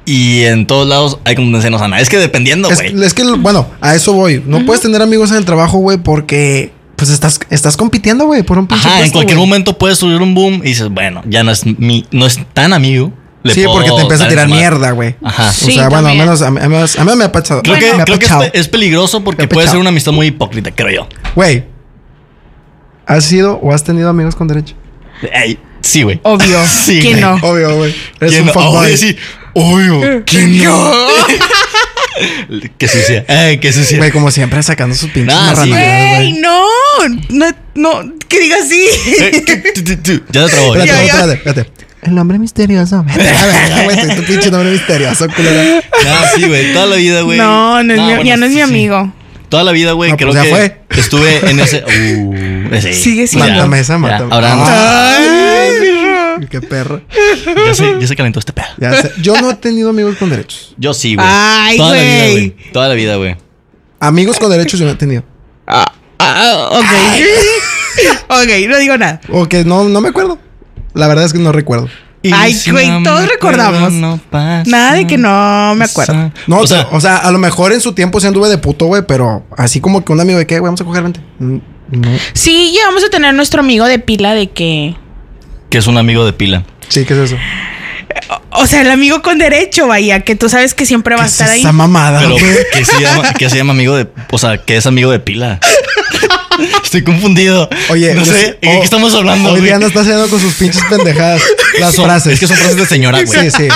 C: y en todos lados hay competencia no sana. Es que dependiendo,
A: Es,
C: güey.
A: es que, bueno, a eso voy. No puedes tener amigos en el trabajo, güey, porque pues estás, estás compitiendo, güey, por un pinche
C: Ajá, en
A: puesto,
C: cualquier
A: güey.
C: momento puedes subir un boom y dices, bueno, ya no es mi, no es tan amigo. Le
A: Sí,
C: puedo
A: porque te empiezas a
C: dar
A: tirar
C: su madre.
A: mierda, güey.
C: Ajá.
A: o
B: Sí,
A: sea, bueno, al
B: también.
A: menos a mí, a mí- a mí me ha pachado.
C: Creo
A: me
C: que,
A: ha
C: creo que este es,
A: pachado.
C: pe- es peligroso
A: Me
C: porque
A: ha
C: puede
A: pachado.
C: ser una amistad muy hipócrita, creo yo.
A: Güey, ¿has sido o has tenido amigos con derecho?
C: Ey, sí, güey.
B: Obvio.
C: Sí,
B: ¿Quién
C: güey.
B: no?
A: Obvio, güey. Oh, Eres
C: ¿Quién
A: un
C: no? Ah,
A: fuckboy.
C: oye, sí. Obvio. ¿Quién no? qué sucia. Eh, qué sucia.
A: Güey, como siempre sacando sus pinches
C: Ah, sí,
A: marranadas,
B: ¡Ey,
A: güey.
B: no! no! no, que diga así.
C: Eh, tu, tu, tu, tu. ya te trabó.
A: Espérate,
C: ya te trabó.
B: ya.
A: espérate, espérate. El nombre misterioso. Vete a ver, güey, tu pinche nombre misterioso, culera.
C: No, sí, güey. Toda la vida, güey.
B: no, no es mi-
C: bueno,
B: ya no es
C: sí,
B: mi
C: sí.
B: amigo.
C: Toda la vida, güey,
A: No,
C: creo
A: pues ya
C: que
A: fue.
C: estuve en ese. Uh, ese.
B: Sigue siendo.
C: Ya,
A: Mátame esa,
C: ya,
A: mátame.
C: Ahora no.
A: Ay, Qué perro.
C: Ya se, ya se calentó este pedo.
A: Ya sé. Yo no he tenido amigos con derechos.
C: Yo sí, güey.
B: Ay,
C: Toda la vida,
B: güey.
C: güey. Toda la vida, güey.
A: Amigos con derechos yo no he tenido.
B: Ah, ah, ok. ok, no digo nada.
A: O que no, no me acuerdo. La verdad es que no recuerdo.
B: Ay, güey, todos recordamos. Nada de que no me acuerdo.
A: No,
C: o sea,
A: o sea, a lo mejor en su tiempo se anduve de puto, güey, pero así como que un amigo de que, güey, vamos a coger, vente. Mm, No.
B: Sí, llegamos a tener nuestro amigo de pila de que.
C: que es un amigo de pila.
A: Sí, ¿qué es eso?
B: O sea, el amigo con derecho, vaya, que tú sabes que siempre va a
A: ¿Qué es
B: estar ahí.
A: Esa mamada,
C: Pero,
A: Ah, güey.
C: ¿qué se, llama, ¿qué se llama amigo de.? O sea, ¿qué es amigo de pila? Estoy confundido.
A: Oye,
C: no
A: yo
C: sé,
A: sí-
C: ¿de
A: oh,
C: qué estamos hablando?
A: Hoy
C: güey?
A: Diana está haciendo con sus pinches pendejadas. Las
C: Son-
A: frases.
C: Es que son frases de señora,
A: Sí,
C: güey.
A: sí.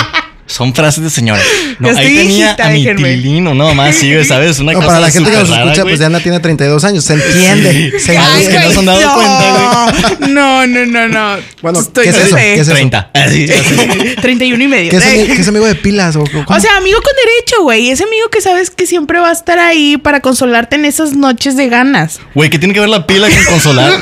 C: Son frases de señora. No,
B: Ya
C: ahí
B: estoy
C: tenía
B: viejita,
C: a mi
B: déjenme.
C: tililino, no más, sí, güey, ¿sabes? Una
A: No,
C: cosa
A: para la gente que nos
C: súper rara,
A: escucha,
C: güey.
A: pues Diana tiene 32 años. Se entiende.
C: Sí.
A: Se
C: Ay,
A: entiende.
C: güey. no se han dado cuenta,
B: güey. No, no, no, no.
A: Bueno, ¿qué es
B: no
A: eso?
B: sé.
A: ¿Qué es eso?
C: 30. Así, así.
B: 31 y medio.
A: ¿Qué es, ami- qué es amigo de pilas? O, o cómo?
B: O sea, amigo con derecho, güey. Ese amigo que sabes que siempre va a estar ahí para consolarte en esas noches de ganas.
C: Güey, ¿qué tiene que ver la pila con consolar?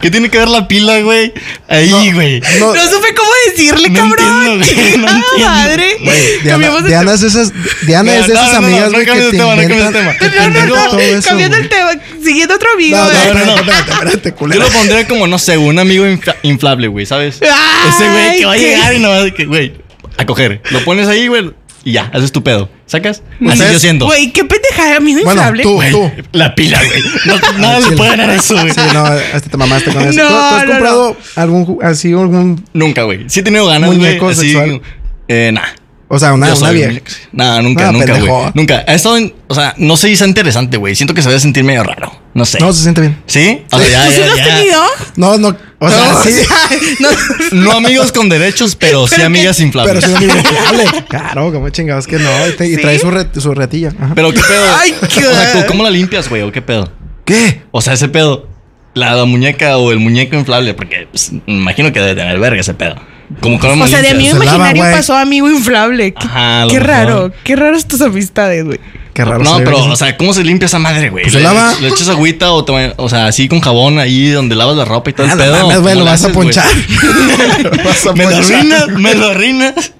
C: ¿Qué tiene que ver la pila, güey? Ahí, güey.
A: no,
B: No, supe cómo decirle,
C: No
B: cabrón.
A: ¡Ah,
C: entiendo, güey, no
B: Chingada
C: entiendo.
B: madre.
A: güey, Diana,
B: Cambiamos de
A: Diana es esas, Diana
C: No,
A: es de
C: no,
A: esas
C: no, no,
A: amigas,
C: no
A: güey,
C: cambies
A: que te
C: el tema, no cambies el
A: inventan-
C: tema.
A: que te
B: tema. No,
A: inventan
B: no,
A: todo
B: no.
A: eso,
B: Cambiando
A: güey.
B: el tema. Siguiendo otro amigo. eh.
A: No, no,
B: güey.
A: espérate,
C: no, no.
A: espérate, espérate,
C: Yo
A: culera.
C: lo pondría como, no sé, un amigo infla- inflable, güey, ¿sabes?
B: Ay,
C: Ese güey que va a
B: qué-
C: llegar y no va a... que, Güey, a coger. Lo pones ahí, güey, y ya, haces tu pedo. ¿Sacas? Así
A: ¿Ustedes?
C: yo siento.
B: Güey, qué pendejada, amigo
A: Bueno,
B: inflable.
A: tú,
C: Güey,
A: tú.
C: La pila, güey. No, nada le puede ganar eso, güey.
A: Sí, no, hasta te mamaste con eso.
B: No,
A: ¿Tú, tú has
B: no, no.
A: comprado algún, ju- así, algún,
C: Nunca, güey. Sí he tenido ganas, güey.
A: Muñeco
C: así,
A: sexual.
C: Eh, nah.
A: o sea, una,
C: Yo
A: una
C: soy
A: vieja?
C: muy- No, nunca,
A: Ah,
C: nunca,
A: pendejo.
C: güey. Nunca. Ha estado en. O sea, no sé si sea interesante, güey. Siento que se debe sentir medio raro. No sé.
A: No, Pues se siente bien.
C: ¿Sí? O sea, ya,
B: ¿Tú Pues, sí
C: ya,
B: lo has
C: ya.
B: tenido?
A: No, no, o sea,
B: No,
A: sí,
B: o sea, no.
C: No amigos con derechos, pero, sí
B: Pero
C: amigas inflables.
A: pero
C: Pero,
A: sí es amigo inflable. Claro, como chingados que no. Y, te- y
B: ¿Sí?
A: trae su, re- su retilla. Ajá.
C: qué pedo.
B: Ay, qué-
C: O sea, ¿cómo, cómo la limpias, güey? ¿O qué pedo?
A: ¿Qué?
C: O sea, ese pedo. La, la muñeca o el muñeco inflable, porque pues, me imagino que debe tener verga ese pedo. Como que
B: O sea, de amigo
A: Se lava,
B: imaginario
A: güey.
B: pasó a amigo inflable. Qué,
C: Ajá, a lo
B: qué
C: mejor.
B: raro. Qué raras tus amistades, güey.
A: Qué raro.
C: No,
A: se ve
C: pero,
A: eso.
C: o sea, ¿cómo se limpia esa madre, güey?
A: Pues se
C: Le-
A: lava.
C: Le echas agüita o, te- o sea, así con jabón ahí donde lavas la ropa y todo
A: Ah,
C: el
A: no
C: pedo.
A: mames, güey, lo
C: ¿Cómo le
A: vas a
C: haces, güey?
A: ponchar. Lo vas a
C: Me lo
A: ponchar.
C: arruinas, me lo arruinas.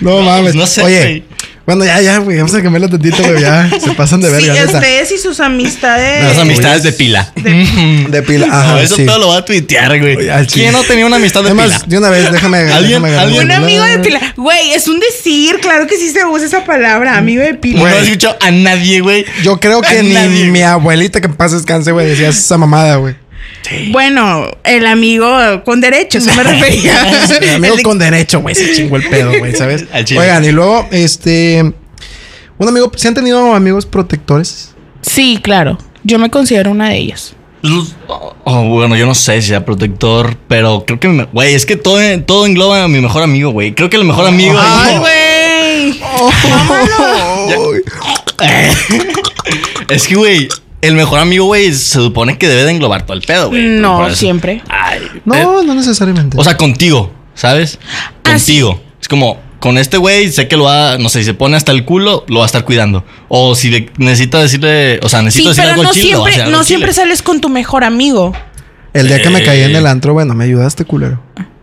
A: No mames.
C: no sé,
A: Oye,
C: güey.
A: bueno, ya, ya, güey. Vamos a cambiarlo tantito, güey. Ya se pasan de verga. neta.
B: ustedes y sus amistades.
A: Las
C: Las amistades de pila.
A: De pila. Ajá,
C: No, eso
A: sí.
C: todo lo va a tuitear, güey.
A: Oye, al chile.
C: ¿Quién no tenía una amistad de
A: Además,
C: pila?
A: de una vez, déjame.
C: Alguien-
A: déjame agarrar
C: alguien-
B: Un
A: mi
B: amigo de
A: celular.
B: pila. Güey, es un decir. Claro que sí se usa esa palabra. Amigo de pila.
C: No
A: güey.
C: he escuchado a nadie, güey.
A: Yo creo que
C: A
A: ni
C: nadie.
A: mi abuelita que en paz descanse, güey, decía esa mamada, güey.
B: Bueno, el amigo con derecho, se me refería.
A: Mi amigo
B: El de-
A: con derecho, güey, se chingó el pedo, güey, ¿sabes?
C: Al chile.
A: Oigan, y luego, este. Un amigo, ¿se han tenido amigos protectores?
B: Sí, claro. Yo me considero una de ellas.
C: Oh, bueno, yo no sé si sea protector, pero creo que, mi me- güey, es que todo, todo engloba a mi mejor amigo, güey. Creo que el mejor amigo.
B: ¡Ay, güey!
C: Oh, Es que, güey, el mejor amigo, güey, se supone que debe de englobar todo el pedo, güey.
B: No,
C: Por eso-
B: siempre.
C: Ay, eh,
A: No, no necesariamente.
C: o sea, contigo, ¿sabes?
B: Ah, sí.
C: Contigo. Es como, con este güey, sé que lo va, no sé, si se pone hasta el culo, lo va a estar cuidando. O si le necesita decirle, o sea,
B: Sí,
C: necesito decirle
B: pero
C: algo
B: no
C: al chile, lo va
B: siempre,
C: a hacer algo
B: no
C: al chile.
B: siempre sales con tu mejor amigo.
A: el día que me caí en
C: eh.
A: el antro, bueno, me ayudaste, culero.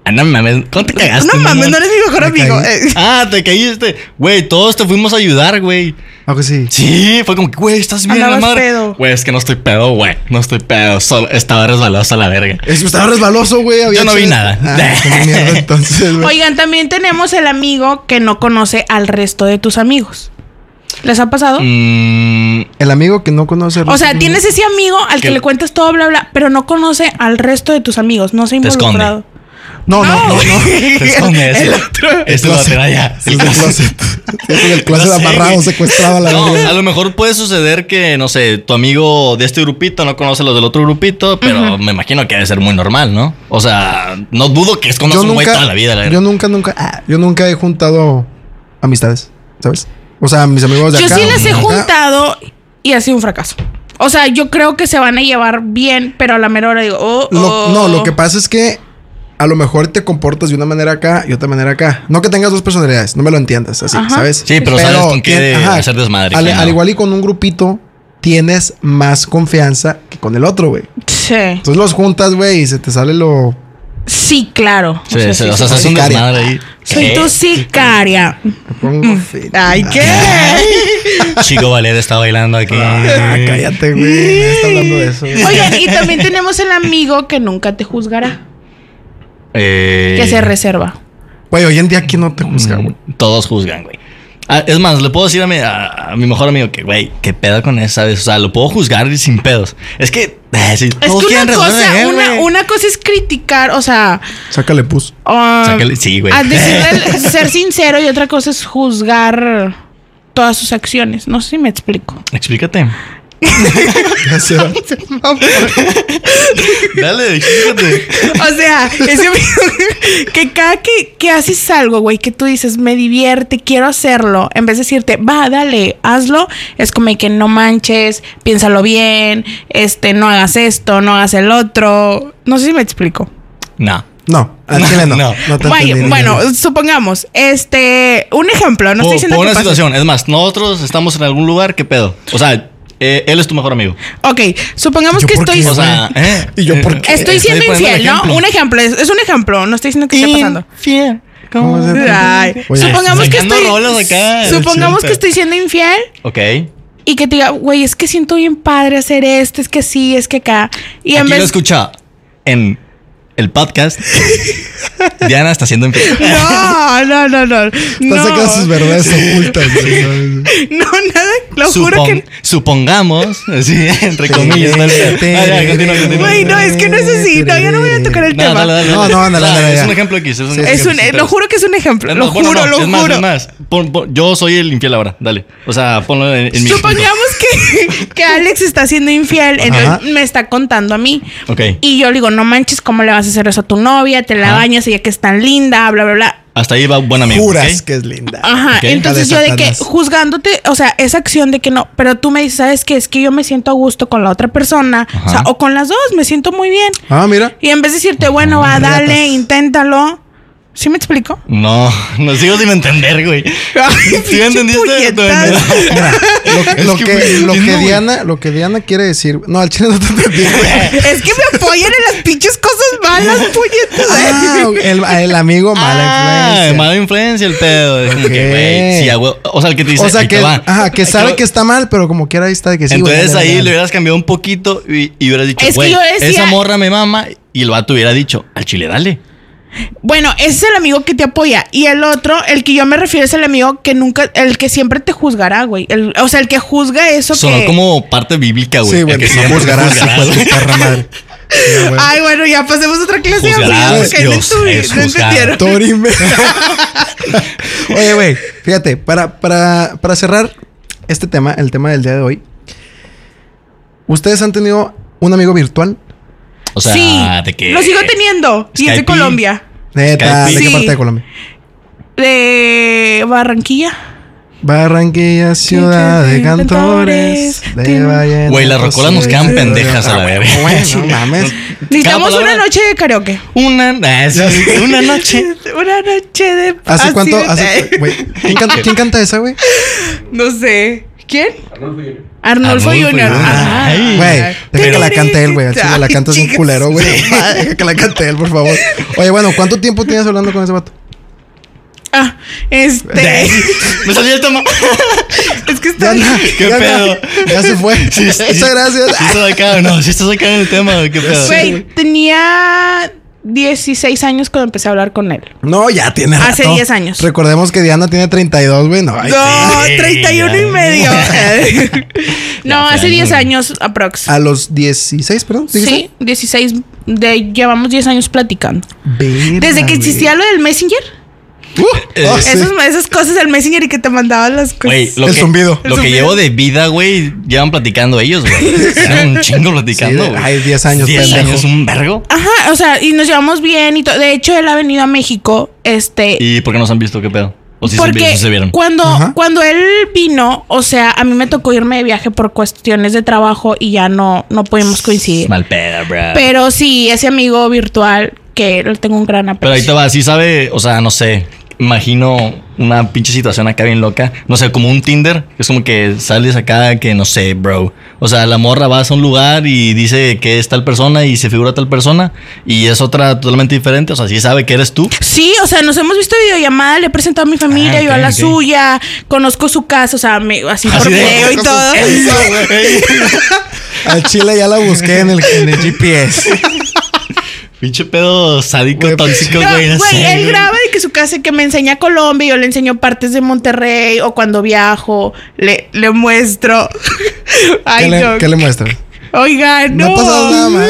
C: Ah, no mames, ¿cómo te cagaste?
B: no mames,
C: mamón?
B: no eres mi mejor
A: Me
B: amigo.
A: caí.
B: Eh,
C: Ah, te caíste. Güey, todos te fuimos a ayudar, güey.
A: Aunque Ah, pues sí.
C: Sí, fue como que, güey, estás bien, la
B: Andabas
C: madre.
B: pedo.
C: Güey, es que no estoy pedo, güey. No estoy pedo. Solo estaba resbalado hasta la verga.
A: Es que estaba resbaloso, güey. había
C: Yo no
A: hecho-
C: vi nada.
A: Ah, como mierda, entonces, güey.
B: Oigan, también tenemos el amigo que no conoce al resto de tus amigos. ¿Les ha pasado?
C: Mm,
A: El amigo que no conoce. al
B: O sea,
A: resto-
B: tienes ese amigo al que
C: ¿Qué?
B: le cuentas todo, bla, bla, pero no conoce al resto de tus amigos, no se ha
C: Te esconde.
B: involucrado.
A: No, no, no. no.
C: te escondes.
B: El otro.
C: Este lo trae allá.
A: Es del closet. Es del closet
C: No sé,
A: amarrado,
C: güey.
A: secuestrado a la
C: No,
A: verga.
C: a lo mejor puede suceder que, no sé, tu amigo de este grupito no conoce los del otro grupito, pero me imagino que debe ser muy normal, ¿no? O sea, no dudo que escondas
A: Yo
C: un güey
A: nunca,
C: toda la vida, la verdad.
A: yo nunca, nunca, ah, yo nunca he juntado amistades, ¿sabes? O sea, mis amigos de
B: Yo
A: acá.
B: sí les he
A: acá.
B: juntado y ha sido un fracaso. O sea, yo creo que se van a llevar bien, pero a la mera hora digo, oh,
A: Lo-
B: oh.
A: No, lo que pasa es que a lo mejor te comportas de una manera acá y otra manera acá. No que tengas dos personalidades, no me lo entiendas, así,
B: Ajá.
A: ¿sabes?
C: Sí, pero sabes con qué
A: tien- ajá,
C: hacer desmadre,
A: Al,
C: ¿no?
A: al igual y con un grupito, tienes más confianza que con el otro, güey.
B: Sí,
A: Entonces los juntas, güey, y se te sale lo.
B: sí, claro.
C: Sí, sí, o sea,
A: sí,
C: se hace
A: sí.
C: un
A: Sicaria.
C: desmadre ahí.
B: soy tu sicaria.
A: me
B: Mm.
A: pongo fit.
B: Ay, ¿qué?
C: Chico Valer está bailando aquí.
A: Ah, cállate, güey. Nadie está hablando de eso.
B: Oigan, y también tenemos el amigo que nunca te juzgará,
C: Eh, mm,
B: que se reserva.
A: Güey, hoy en día, ¿quién no te juzga, güey?
C: Todos juzgan, güey. Ah, es más, le puedo decir a mi, a- a mi mejor amigo que, güey, qué pedo con esa, ¿sabes? O sea, lo puedo juzgar y sin pedos. Es que, eh, sí,
B: Es
C: todos
B: que
C: quieren
B: una
C: resolver,
B: cosa,
C: eh,
B: una,
C: güey.
B: una cosa es criticar, o sea,
A: Sácale pus.
B: ah,
C: Sácale- sí, güey.
B: a decirle- ser sincero y otra cosa es juzgar todas sus acciones. No sé si me explico.
C: Explícate.
A: Ya se va.
C: Dale, explícate.
B: O sea, ese amigo que cada que, que haces algo, güey, que tú dices, me divierte, quiero hacerlo, en vez de decirte, va, dale, hazlo, es como que no manches, piénsalo bien, este, no hagas esto, no hagas el otro. No sé si me explico.
C: No.
A: No, al
C: No,
A: chile no.
C: no.
A: No, te
B: Vaya,
A: entendí,
B: bueno,
A: no.
B: supongamos, este, un ejemplo, no
C: Por-
B: estoy diciendo
C: por
B: que
C: una
B: pase.
C: situación. Es más, nosotros estamos en algún lugar, ¿qué pedo? O sea, eh, él es tu mejor amigo.
B: Ok, supongamos
A: ¿Yo
B: que
A: por qué?
B: estoy.
C: O sea, ¿eh?
A: ¿Y yo por qué?
B: Estoy siendo
C: poniendo el
B: infiel, ¿no?
C: ejemplo.
B: Un ejemplo, es, es un ejemplo, no estoy diciendo que esté pasando.
C: Infiel.
A: ¿Cómo se-
B: Ay,
A: Oye,
B: supongamos que
C: Pues sacando
B: estoy.
C: rolas acá,
B: supongamos
C: chulita.
B: que estoy siendo infiel
C: Ok.
B: y que te diga, güey, es que siento bien padre hacer esto, es que sí, es que acá. Y
C: Y
B: en
C: Aquí lo
B: vez.
C: escucha en el podcast. Diana está siendo infiel.
B: No, no, no, no.
A: Está
B: No,
A: sacando sus verdades ocultas. güey.
B: no, nada, lo juro
C: Supon-
B: que.
C: Supongamos, sí, entre comillas. dale. Ah, ya, continúa, continúa.
B: Güey, no, es que no es así, todavía no voy a tocar el
C: No,
B: tema.
C: dale, dale,
A: No,
C: dale.
A: no, ándale,
C: O sea,
A: ándale,
C: Es
A: ya.
C: un ejemplo X. Es un,
B: Es
C: ejemplo
B: un, eh,
C: sin
B: lo
C: pedos.
B: juro que es un ejemplo,
C: Es
B: lo
C: más, bueno,
B: juro,
C: no,
B: lo
C: es más,
B: juro.
C: es más. Pon- pon- yo soy el infiel ahora, dale. O sea, ponlo en, en mi
B: Supongamos que, que Alex está siendo infiel, entonces
A: Ajá.
B: me está contando a mí.
C: Ok.
B: Y yo le digo, no manches, ¿cómo le vas a hacer eso a tu novia? Te la
C: Ajá.
B: bañas, ella que es tan linda, bla, bla, bla.
C: Hasta ahí va buen amigo.
A: Juras
C: ¿ok?
A: que es linda.
B: Ajá,
C: Ok.
B: entonces yo
A: La de
B: de que
A: Satanás.
B: juzgándote, o sea, esa acción de que no, pero tú me dices, ¿sabes qué? Es que yo me siento a gusto con la otra persona, o sea,
C: Ajá.
B: o con las dos, me siento muy bien.
A: Ah, mira.
B: Y en vez de decirte, bueno, va,
A: Regatas.
B: dale, inténtalo. ¿Sí me explico?
C: No, no sigo sin entender, güey. ¿Sí
B: pinche
C: me entendiste?
B: puñetas.
A: Mira, lo,
C: Es
A: lo
C: que,
A: que, lo,
C: güey, entiendo,
A: que
C: güey.
A: Diana, lo que Diana quiere decir. No, al chile no te entendí, güey.
B: Es que me apoyan en las pinches cosas malas, puñetas.
A: Ah, el, el amigo mala
C: Ah,
A: influencia.
C: mala influencia el pedo. Es como que,
A: Ok.
C: güey, sí, a huevo. O sea, el que te dice,
A: o sea
C: ahí te
A: que,
C: va.
A: ajá, que
C: Ahí te
A: sabe
C: va.
A: que está mal, pero como quiera ahí está que sí. güey,
C: Entonces
A: dale,
C: ahí
A: dale.
C: le hubieras cambiado un poquito y, y hubieras dicho,
B: Es que
C: güey,
B: yo decía-
C: esa morra me mama. Y el vato hubiera dicho, al chile, dale.
B: Bueno, ese es el amigo que te apoya. Y el otro, el que yo me refiero, es el amigo que nunca, el que siempre te juzgará, güey. El- o sea, el que juzga eso
C: Sonó
B: que.
C: como parte bíblica, güey.
A: Sí,
C: El
A: güey,
C: que
A: no
C: siempre
A: juzgarás,
C: juzgarás.
A: hijo de tu perra madre. Sí, güey.
B: Ay, bueno, ya pasemos a otra clase. de
C: Juzgarás,
B: amigos, que no
C: Dios,
B: entuvi-
C: eres
B: no
C: juzgado.
B: entendieron.
A: Torime. Oye, güey, fíjate, para, para, para cerrar, este tema, el tema del día de hoy. ¿Ustedes han tenido un amigo virtual?
C: O sea,
B: sí,
C: de que.
B: lo sigo teniendo. Y es de
C: Skype.
B: Colombia.
A: Neta, ¿de
C: Skype.
A: qué
B: Sí.
A: parte de Colombia?
B: De Barranquilla.
A: Barranquilla, ciudad de cantores. De vallenatos,
C: Güey, las rocolas nos quedan
A: sí, sí,
C: pendejas
A: sí.
C: a la
A: Ah,
C: verga.
A: güey, no mames.
B: Necesitamos
C: palabra-
B: una noche de karaoke.
C: Una, ah, sí, una noche.
B: Una noche de...
A: ¿Hace
B: así
A: cuánto?
B: de-
A: hace- güey, ¿quién, canta, ¿Quién canta esa, güey?
B: No sé. ¿Quién? Arnolfo
C: Arnolfo
B: Junior. Ah.
C: Junior.
B: Ajá.
C: Ay,
A: Güey, deja que la cante él, güey. Al chile, la canta es un
B: Chicas.
A: culero, güey. Deja que la cante él, por favor. Oye, bueno, ¿cuánto tiempo tienes hablando con ese vato?
B: Ah, este.
C: Me salió el toma.
B: es que
A: Ya
B: está.
A: anda,
C: ¿Qué
A: ya
C: pedo?
A: anda. Ya se fue.
C: Sí, sí.
A: Muchas gracias.
C: Si estás acá o no, si estás acá en el tema, güey, qué pedo.
B: Güey, tenía 16 años cuando empecé a hablar con él.
A: No, ya tiene
B: Hace
A: rato.
B: 10 años.
A: Recordemos que Diana tiene 32, güey. No, ay,
B: no,
C: sí,
B: 31 y
C: ya.
B: medio. no,
C: Ya,
B: hace
C: ya,
B: 10
C: ya.
B: años aprox.
A: A los 16, perdón.
B: Sí, 16. De, llevamos 10 años platicando.
A: Verga,
B: Desde que
A: güey.
B: existía lo del Messenger.
A: Uh, oh, sí.
B: Esas, esas cosas del Messenger y que te mandaban las cosas.
C: eh, Güey, lo
A: El
C: que,
A: zumbido.
C: Lo
A: El
C: que
B: zumbido.
C: llevo de vida, güey, llevan platicando ellos, güey. Llevan un chingo platicando,
A: Sí,
C: güey.
A: ay, 10 años,
C: 10
A: pendejo.
C: años, un vergo.
B: Ajá, o sea, y nos llevamos bien y todo. De hecho, él ha venido a México, este,
C: ¿Y por qué nos han visto? ¿Qué pedo? ¿O si se vieron?
B: porque
C: sí se vieron?
B: cuando
A: Ajá.
B: cuando él vino, o sea, a mí me tocó irme de viaje por cuestiones de trabajo y ya no no pudimos coincidir.
C: Mal pedo, bro.
B: Pero sí, ese amigo virtual que le tengo un gran
C: Pero ahí te
B: aprecio.
C: va, sí sabe, o sea, no sé. Imagino una pinche situación acá bien loca. No sé, como un Tinder. Es como que sales acá que no sé, bro. O sea, la morra vas a un lugar y dice que es tal persona y se figura tal persona y es otra totalmente diferente. O sea, sí sabe que eres tú.
B: Sí, o sea, nos hemos visto videollamada, le he presentado a mi familia,
C: Ah,
B: yo a
C: ok,
B: la
C: ok.
B: suya, conozco su casa, o sea, me- así,
C: Así
B: por
C: de-
B: video y
A: Conozco
B: todo.
A: su Al chile ya la busqué en el, en el GPS.
C: Pinche pedo sádico,
A: Güey,
C: tóxico,
B: No,
C: güey. no sé,
B: Güey, él
C: güey.
B: graba de que su casa que me enseña Colombia, yo le enseño partes de Monterrey o cuando viajo, le, le muestro. Ay,
A: ¿Qué, le,
B: no.
A: ¿Qué le muestras?
B: Oiga, no.
A: No ha pasado nada más.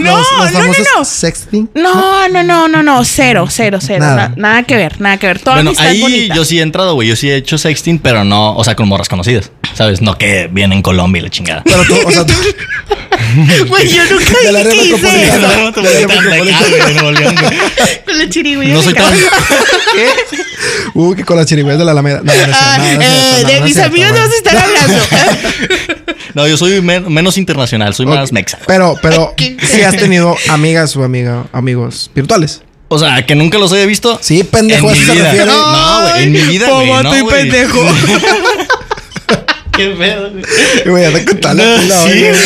B: No, no, no, no.
A: Sexting.
B: No, no, no, no, no, cero, cero, cero. na-
A: Nada.
B: Nada, que ver, nada que ver. Toda
C: Bueno,
B: amistad
C: ahí
B: bonita.
C: yo sí he entrado, güey. Yo sí he hecho sexting, pero no, o sea, con morras conocidas. ¿Sabes? No que viene en Colombia y la chingada.
A: Pero tú, o sea, tú.
B: Güey, yo nunca
A: De la
B: dije que
A: área
B: hice
A: metropolitana.
B: eso.
C: No, te voy a estar de acá, güey, de Nuevo León, güey.
B: Con el chirigüillo
C: No
B: de
C: soy
B: acá.
C: tan.
A: Uh, que con las chirigüeyas de la Alameda. No, no, es cierto,
B: Ah,
A: no, no es
B: eh,
A: cierto, no
B: de
A: es
B: mis
A: cierto,
B: amigos
A: güey.
B: no se están hablando.
C: No, yo soy men- menos internacional, soy más
A: Ok,
C: mexa.
A: Pero, pero,
B: ¿Qué?
A: si has tenido amigas o amiga, amigos virtuales.
C: O sea, que nunca los haya visto.
A: Sí, pendejo,
C: en
A: a
C: mi
A: eso se
C: vida.
A: refiere.
C: No, güey, en mi vida, güey.
B: Como
C: no,
B: tú y
C: güey.
B: pendejo.
C: Qué pedo, güey.
A: Voy a contar la
C: No,
A: pila,
C: sí,
A: oye.
C: güey.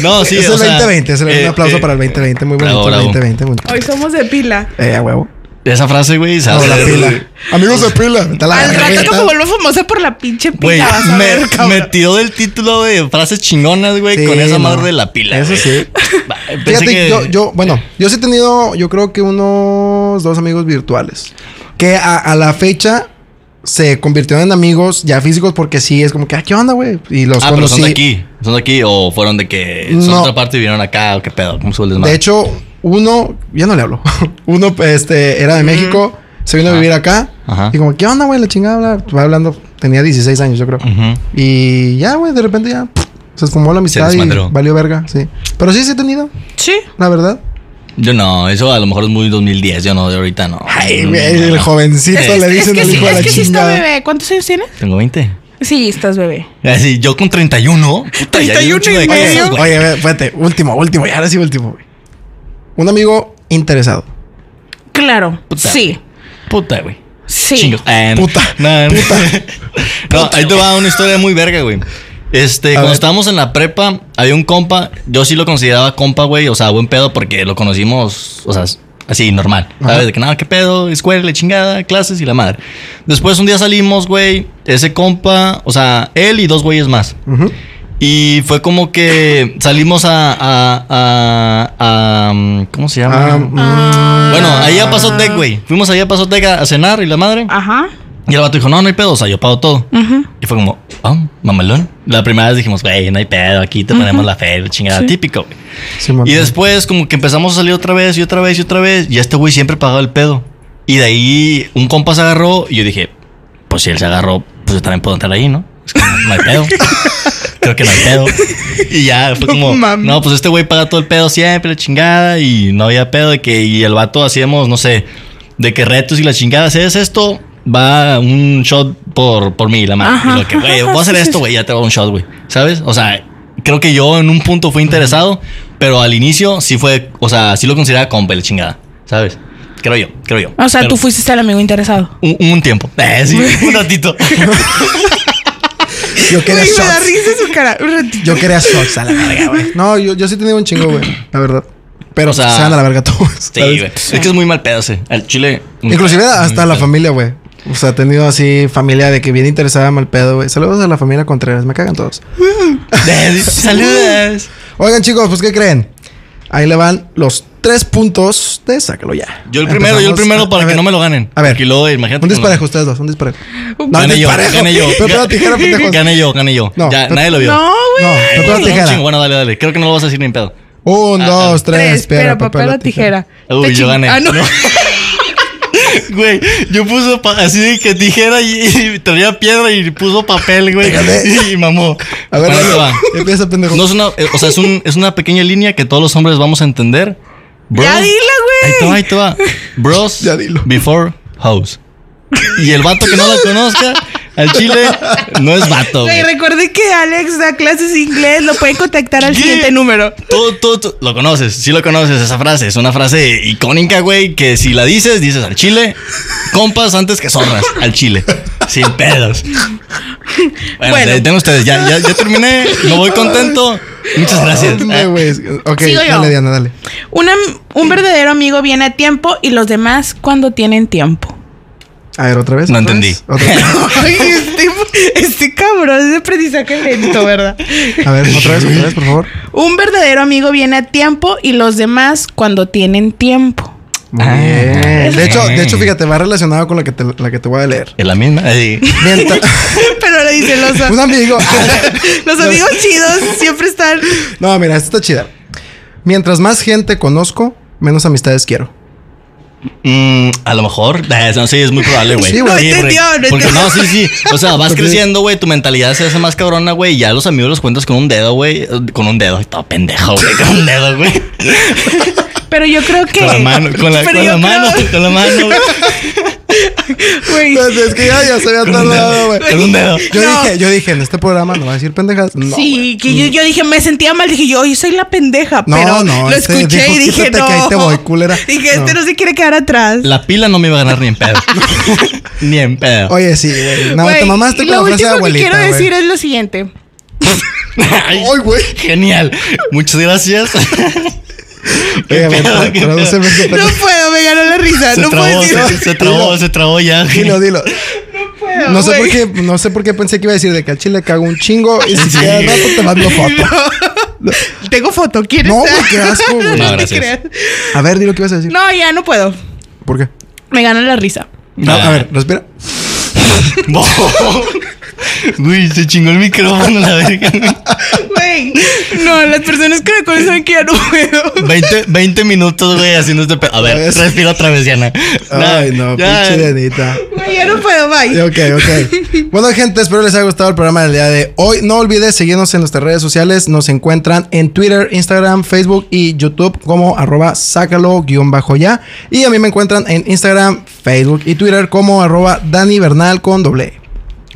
C: No, sí,
A: es
C: o
A: el
C: sea,
A: 2020, es el-
C: eh,
A: un aplauso
C: eh,
A: para el 2020, muy bonito
C: bravo,
A: el
C: bravo.
A: 2020. Muy...
B: Hoy somos de pila.
A: Eh, a huevo.
C: Esa frase, güey, se
A: No,
C: hace-
A: la pila. Amigos de pila. vete a la
B: Al
A: verga,
B: rato que
A: está-
B: me vuelvo famosa por la pinche pila,
C: Güey,
B: vas a ver,
C: me,
B: cabrón.
C: me tiró del título de frases chingonas, güey,
A: Sí,
C: con esa
A: no.
C: madre de la pila.
A: Eso
C: güey.
A: sí.
C: Va, pensé
A: Fíjate,
C: que-
A: yo, yo, bueno, yo sí he tenido, yo creo que unos dos amigos virtuales. Que a, a la fecha se convirtieron en amigos ya físicos porque sí, es como que, ah, ¿qué onda, güey? Y los
C: ah, pero
A: conocí.
C: son de aquí. Son de aquí o fueron de que son
A: No.
C: de otra parte y vinieron acá o qué pedo. ¿Cómo se
A: De hecho, uno, ya no le hablo. uno, este, era de México, se vino a
C: Ajá.
A: vivir acá.
C: Ah. Ajá.
A: Y como, ¿qué onda, güey? La chingada, bla, va hablando, tenía 16 años, yo creo.
C: Ujú.
A: Y ya, güey, de repente ya pff, se esfumó la amistad y
C: desmadró.
A: valió verga, sí. Pero sí, sí he tenido,
B: Sí.
A: la verdad.
C: Yo no, eso a lo mejor es muy 2010. Yo no, de ahorita no.
A: Ay,
C: No,
A: güey,
C: no,
A: el
C: no.
A: jovencito
B: Es,
A: le
B: es
A: dicen
B: que
A: al
B: sí,
A: hijo de
B: es
A: la
B: que sí está
A: chingada.
B: bebé. ¿Cuántos años tienes?
C: Tengo 20.
B: Sí, estás bebé.
C: Así, yo con 31. Puta, ya
B: 31
C: llevo un chingo de
B: y
C: cosas,
B: medio.
C: güey.
A: Oye, ve, espérate, último, último, ya ahora sí último, güey. Un amigo interesado.
B: Claro.
C: Puta.
B: Sí.
C: Puta, güey.
B: Sí.
C: Chingos. Ah, no.
A: Puta,
C: No, no.
A: puta.
C: No, ahí te va una historia muy verga, güey. Este, cuando
A: ver.
C: estábamos en la prepa, había un compa, yo sí lo consideraba compa, güey, o sea, buen pedo porque lo conocimos, o sea, así, normal.
A: Ajá.
C: ¿Sabes? De que nada, qué pedo, escuela, la chingada, clases y la madre. Después un día salimos, güey, ese compa, o sea, él y dos güeyes más.
A: Ujú.
C: Y fue como que salimos a. a, a, a, um, ¿Cómo se llama?
A: Ah, mm,
C: bueno, ahí a Paso Tech, güey. Fuimos ahí a Paso Tech a, a cenar y la madre.
B: Ajá.
C: Y el vato dijo, no, no hay pedo, o sea, yo pago todo.
B: Ujú.
C: Y fue como, ah, mamalón. La primera vez dijimos, güey, no hay pedo, aquí te ponemos la fe, la chingada, típico, güey.
A: Simón.
C: Y después, como que empezamos a salir otra vez y otra vez y otra vez. Y este güey siempre pagaba el pedo. Y de ahí un compa se agarró y yo dije, pues si él se agarró, pues yo también puedo entrar ahí, ¿no? Es que no, no hay pedo. Creo que no hay pedo. Y ya fue
A: No
C: como,
A: mames.
C: no, pues este güey paga todo el pedo siempre, la chingada. Y no había pedo de que, y el vato hacíamos, no sé, de que retos y la chingada. Si haces esto, va un shot por, por mí, la madre.
B: Ajá.
C: Y lo que, güey, voy a hacer
B: Sí, sí,
C: esto, güey, ya te va un shot, güey. ¿Sabes? O sea, creo que yo en un punto fui interesado, pero al inicio sí fue, o sea, sí lo consideraba compa, la chingada. ¿Sabes? Creo yo, creo yo.
B: O sea,
C: Pero
B: tú fuiste el amigo interesado.
C: Un, un tiempo. Eh, sí, un ratito.
A: Yo quería
B: Güey, me da
A: shots.
B: risa su cara. Un ratito.
A: Yo quería shots a la verga, güey. No, yo, yo sí tenía un chingo, güey. La verdad. Pero
C: O sea,
A: se van a la verga todos.
C: Sí,
A: ¿sabes?
C: güey. Es que es muy mal pedo ese. Al chile.
A: Inclusive
C: muy
A: hasta
C: mal
A: la
B: Mm.
C: pedo.
A: familia, güey. O sea, he tenido así familia de que bien interesada, mal pedo, güey. Saludos a la familia Contreras, me cagan todos.
C: Eh, Saludos.
A: Oigan, chicos, pues ¿qué creen? Ahí le van los tres puntos de sácalo ya.
C: Yo el primero, yo el
A: Empezamos
C: primero
A: a-
C: para
A: a
C: que
A: ver,
C: no me lo ganen.
A: A ver,
C: Porque luego, imagínate.
A: un
C: que me lo
A: disparejo, ustedes dos, un disparejo. No,
C: Gané yo,
A: disparejo.
C: gané yo.
A: Pero pedo tijera, pendejos.
C: ganen. Gané yo, gané yo.
A: No,
C: ya,
A: pe-
C: nadie lo vio.
B: No, güey.
A: No,
C: Ay,
A: no,
C: un
A: pedo tijera.
C: chingo. Bueno, dale, dale. Creo que no lo vas a decir ni en pedo.
A: Un,
C: Ah,
A: dos, tres,
B: Tres,
A: piedra,
B: pero papel o tijera.
C: Uy,
B: Te
C: yo
B: ching-
C: gané.
B: Ah, no.
C: No. Güey, yo puse pa- así de que tijera y, y traía piedra y puso papel, güey.
A: Pégale.
C: Y mamó.
A: A ver,
C: Bueno, ahí te
A: Lalo,
C: va.
A: empieza pendejo.
C: No es una, eh, o sea, es, un- es una pequeña línea que todos los hombres vamos a entender. Bro,
B: Ya dila, güey.
C: Ahí te va, ahí te va. Bros
A: Ya dilo.
C: before house. Y el vato que no lo conozca, al chile, no es vato,
B: Güey,
C: güey.
B: recuerde que Alex da clases de inglés. Lo pueden contactar al
C: ¿Qué?
B: siguiente número.
C: Tú, tú, tú- lo conoces, sí lo conoces esa frase. Es una frase icónica, güey, que si la dices, dices al chile, compas antes que zorras, al chile, sin pedos. Bueno,
B: Bueno.
C: ahí tengo ustedes, ya, ya, ya terminé, me voy contento. Muchas gracias. Ah,
A: Ándale, güey. Ok,
B: Sigo yo.
A: dale, Diana, dale.
B: Una- un verdadero amigo viene a tiempo y los demás cuando tienen tiempo.
A: A ver, otra vez.
C: No
A: otra
C: entendí.
A: vez, otra vez.
B: Ay, este, este cabrón es de aprendizaje lento, ¿verdad?
A: A ver, otra vez, otra vez, por favor.
B: Un verdadero amigo viene a tiempo y los demás cuando tienen tiempo.
A: Muy
C: Ah.
A: bien. De hecho,
C: Sí.
A: de hecho, fíjate, va relacionado con la que te, la que te voy a leer.
C: Es la misma. eh, Ahí.
A: Mientras,
B: Pero le dicen los,
A: un amigo. Pues,
B: los amigos chidos siempre están.
A: No, mira, esta está chida. Mientras más gente conozco, menos amistades quiero.
C: Mm, a lo mejor. Eh, No, sí, es muy probable, güey.
A: Sí, güey. No
C: Sí,
B: entendió,
C: güey.
B: no
C: Porque
B: entendió.
C: no, sí, sí. O sea, vas
A: Porque-
C: creciendo, güey. Tu mentalidad se hace más cabrona, güey. Y ya los amigos los cuentas con un dedo, güey. eh, Con un dedo. Todo pendejo, güey. Con un dedo, güey.
B: Pero yo creo que.
C: Con la mano. Con la,
B: Pero
C: con
B: yo
C: la mano.
B: creo-
C: Con la mano, güey.
B: güey,
A: Pues es que ya, ya se había tardado, güey.
C: Con un dedo.
A: Yo
B: No.
A: dije, yo dije, en este programa no va a decir pendejas. No,
B: sí, que yo, yo dije, me sentía mal. Dije, yo, yo soy la pendeja.
A: No,
B: pero
A: no,
B: lo
A: este
B: escuché
A: dijo,
B: y dije,
A: "Quítate
B: no.
A: que ahí te voy, culera".
B: Dije, este
A: No.
B: no se quiere quedar atrás.
C: La pila no me iba a ganar ni en pedo. ni en pedo.
A: Oye, sí, güey. No, te
B: Güey,
A: mamaste
B: y
A: con la
B: lo
A: frase de
B: último que
A: abuelita.
B: quiero
A: güey.
B: decir es lo siguiente.
C: Ay,
A: Ay, güey.
C: Genial. Muchas gracias.
A: Oye, a ver,
C: pedo, qué
A: Eh, tradúceme ese
B: No
A: pedo.
B: puedo, me ganó la risa.
C: Se
B: no puedo
C: trabó,
B: decir.
C: se, se trabó, se trabó ya. güey.
A: Dilo, dilo.
B: puedo,
A: No sé, por
B: güey.
A: qué, no sé por qué pensé que iba a decir de que al chile cago un chingo y si
C: Sí.
A: queda rato te mando foto.
B: Tengo foto, ¿quieres?
A: No, güey, qué asco, güey.
C: No,
B: No, te
C: gracias.
B: creas.
A: A ver, dilo que ibas a decir.
B: No, ya no puedo.
A: ¿Por qué?
B: Me ganó la risa.
A: No, a ver, respira.
C: No. Güey, se chingó el micrófono, la verga.
B: Güey. No, las personas que me conocen saben que ya no puedo.
C: 20, 20 minutos, güey, haciendo este pedo. A ver,
A: Ves.
C: respira otra vez, Diana.
A: Pues. Ay, no,
C: ya.
A: pinche Dianita.
B: Güey, ya no puedo, bye.
A: Ok, ok. Bueno, gente, espero les haya gustado el programa del día de hoy. No olvides seguirnos en nuestras redes sociales. Nos encuentran en Twitter, Instagram, Facebook y YouTube como arroba sácalo-ya. Y a mí me encuentran en Instagram, Facebook y Twitter como arroba Dani Bernal con doble. E.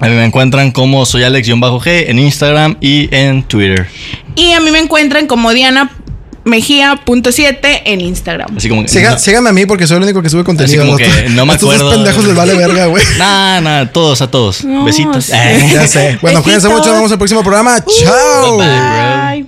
C: A mí me encuentran como soy Alex-G en Instagram y en Twitter.
B: Y a mí me encuentran como Diana Mejía.7 en Instagram.
C: Así como que.
A: Siga- Síganme a mí porque soy el único que sube contenido. ¿no?
C: como que no me
A: A estos dos
C: acuerdo.
A: pendejos les vale verga, güey.
C: Nada, nada, todos a todos.
B: No,
C: Besitos.
B: sí.
C: Eh.
A: Ya sé. Bueno, cuídense
B: Besitos. Uh,
A: mucho. Nos vemos en el próximo programa. Chao.
C: Bye, bye.
B: Bye.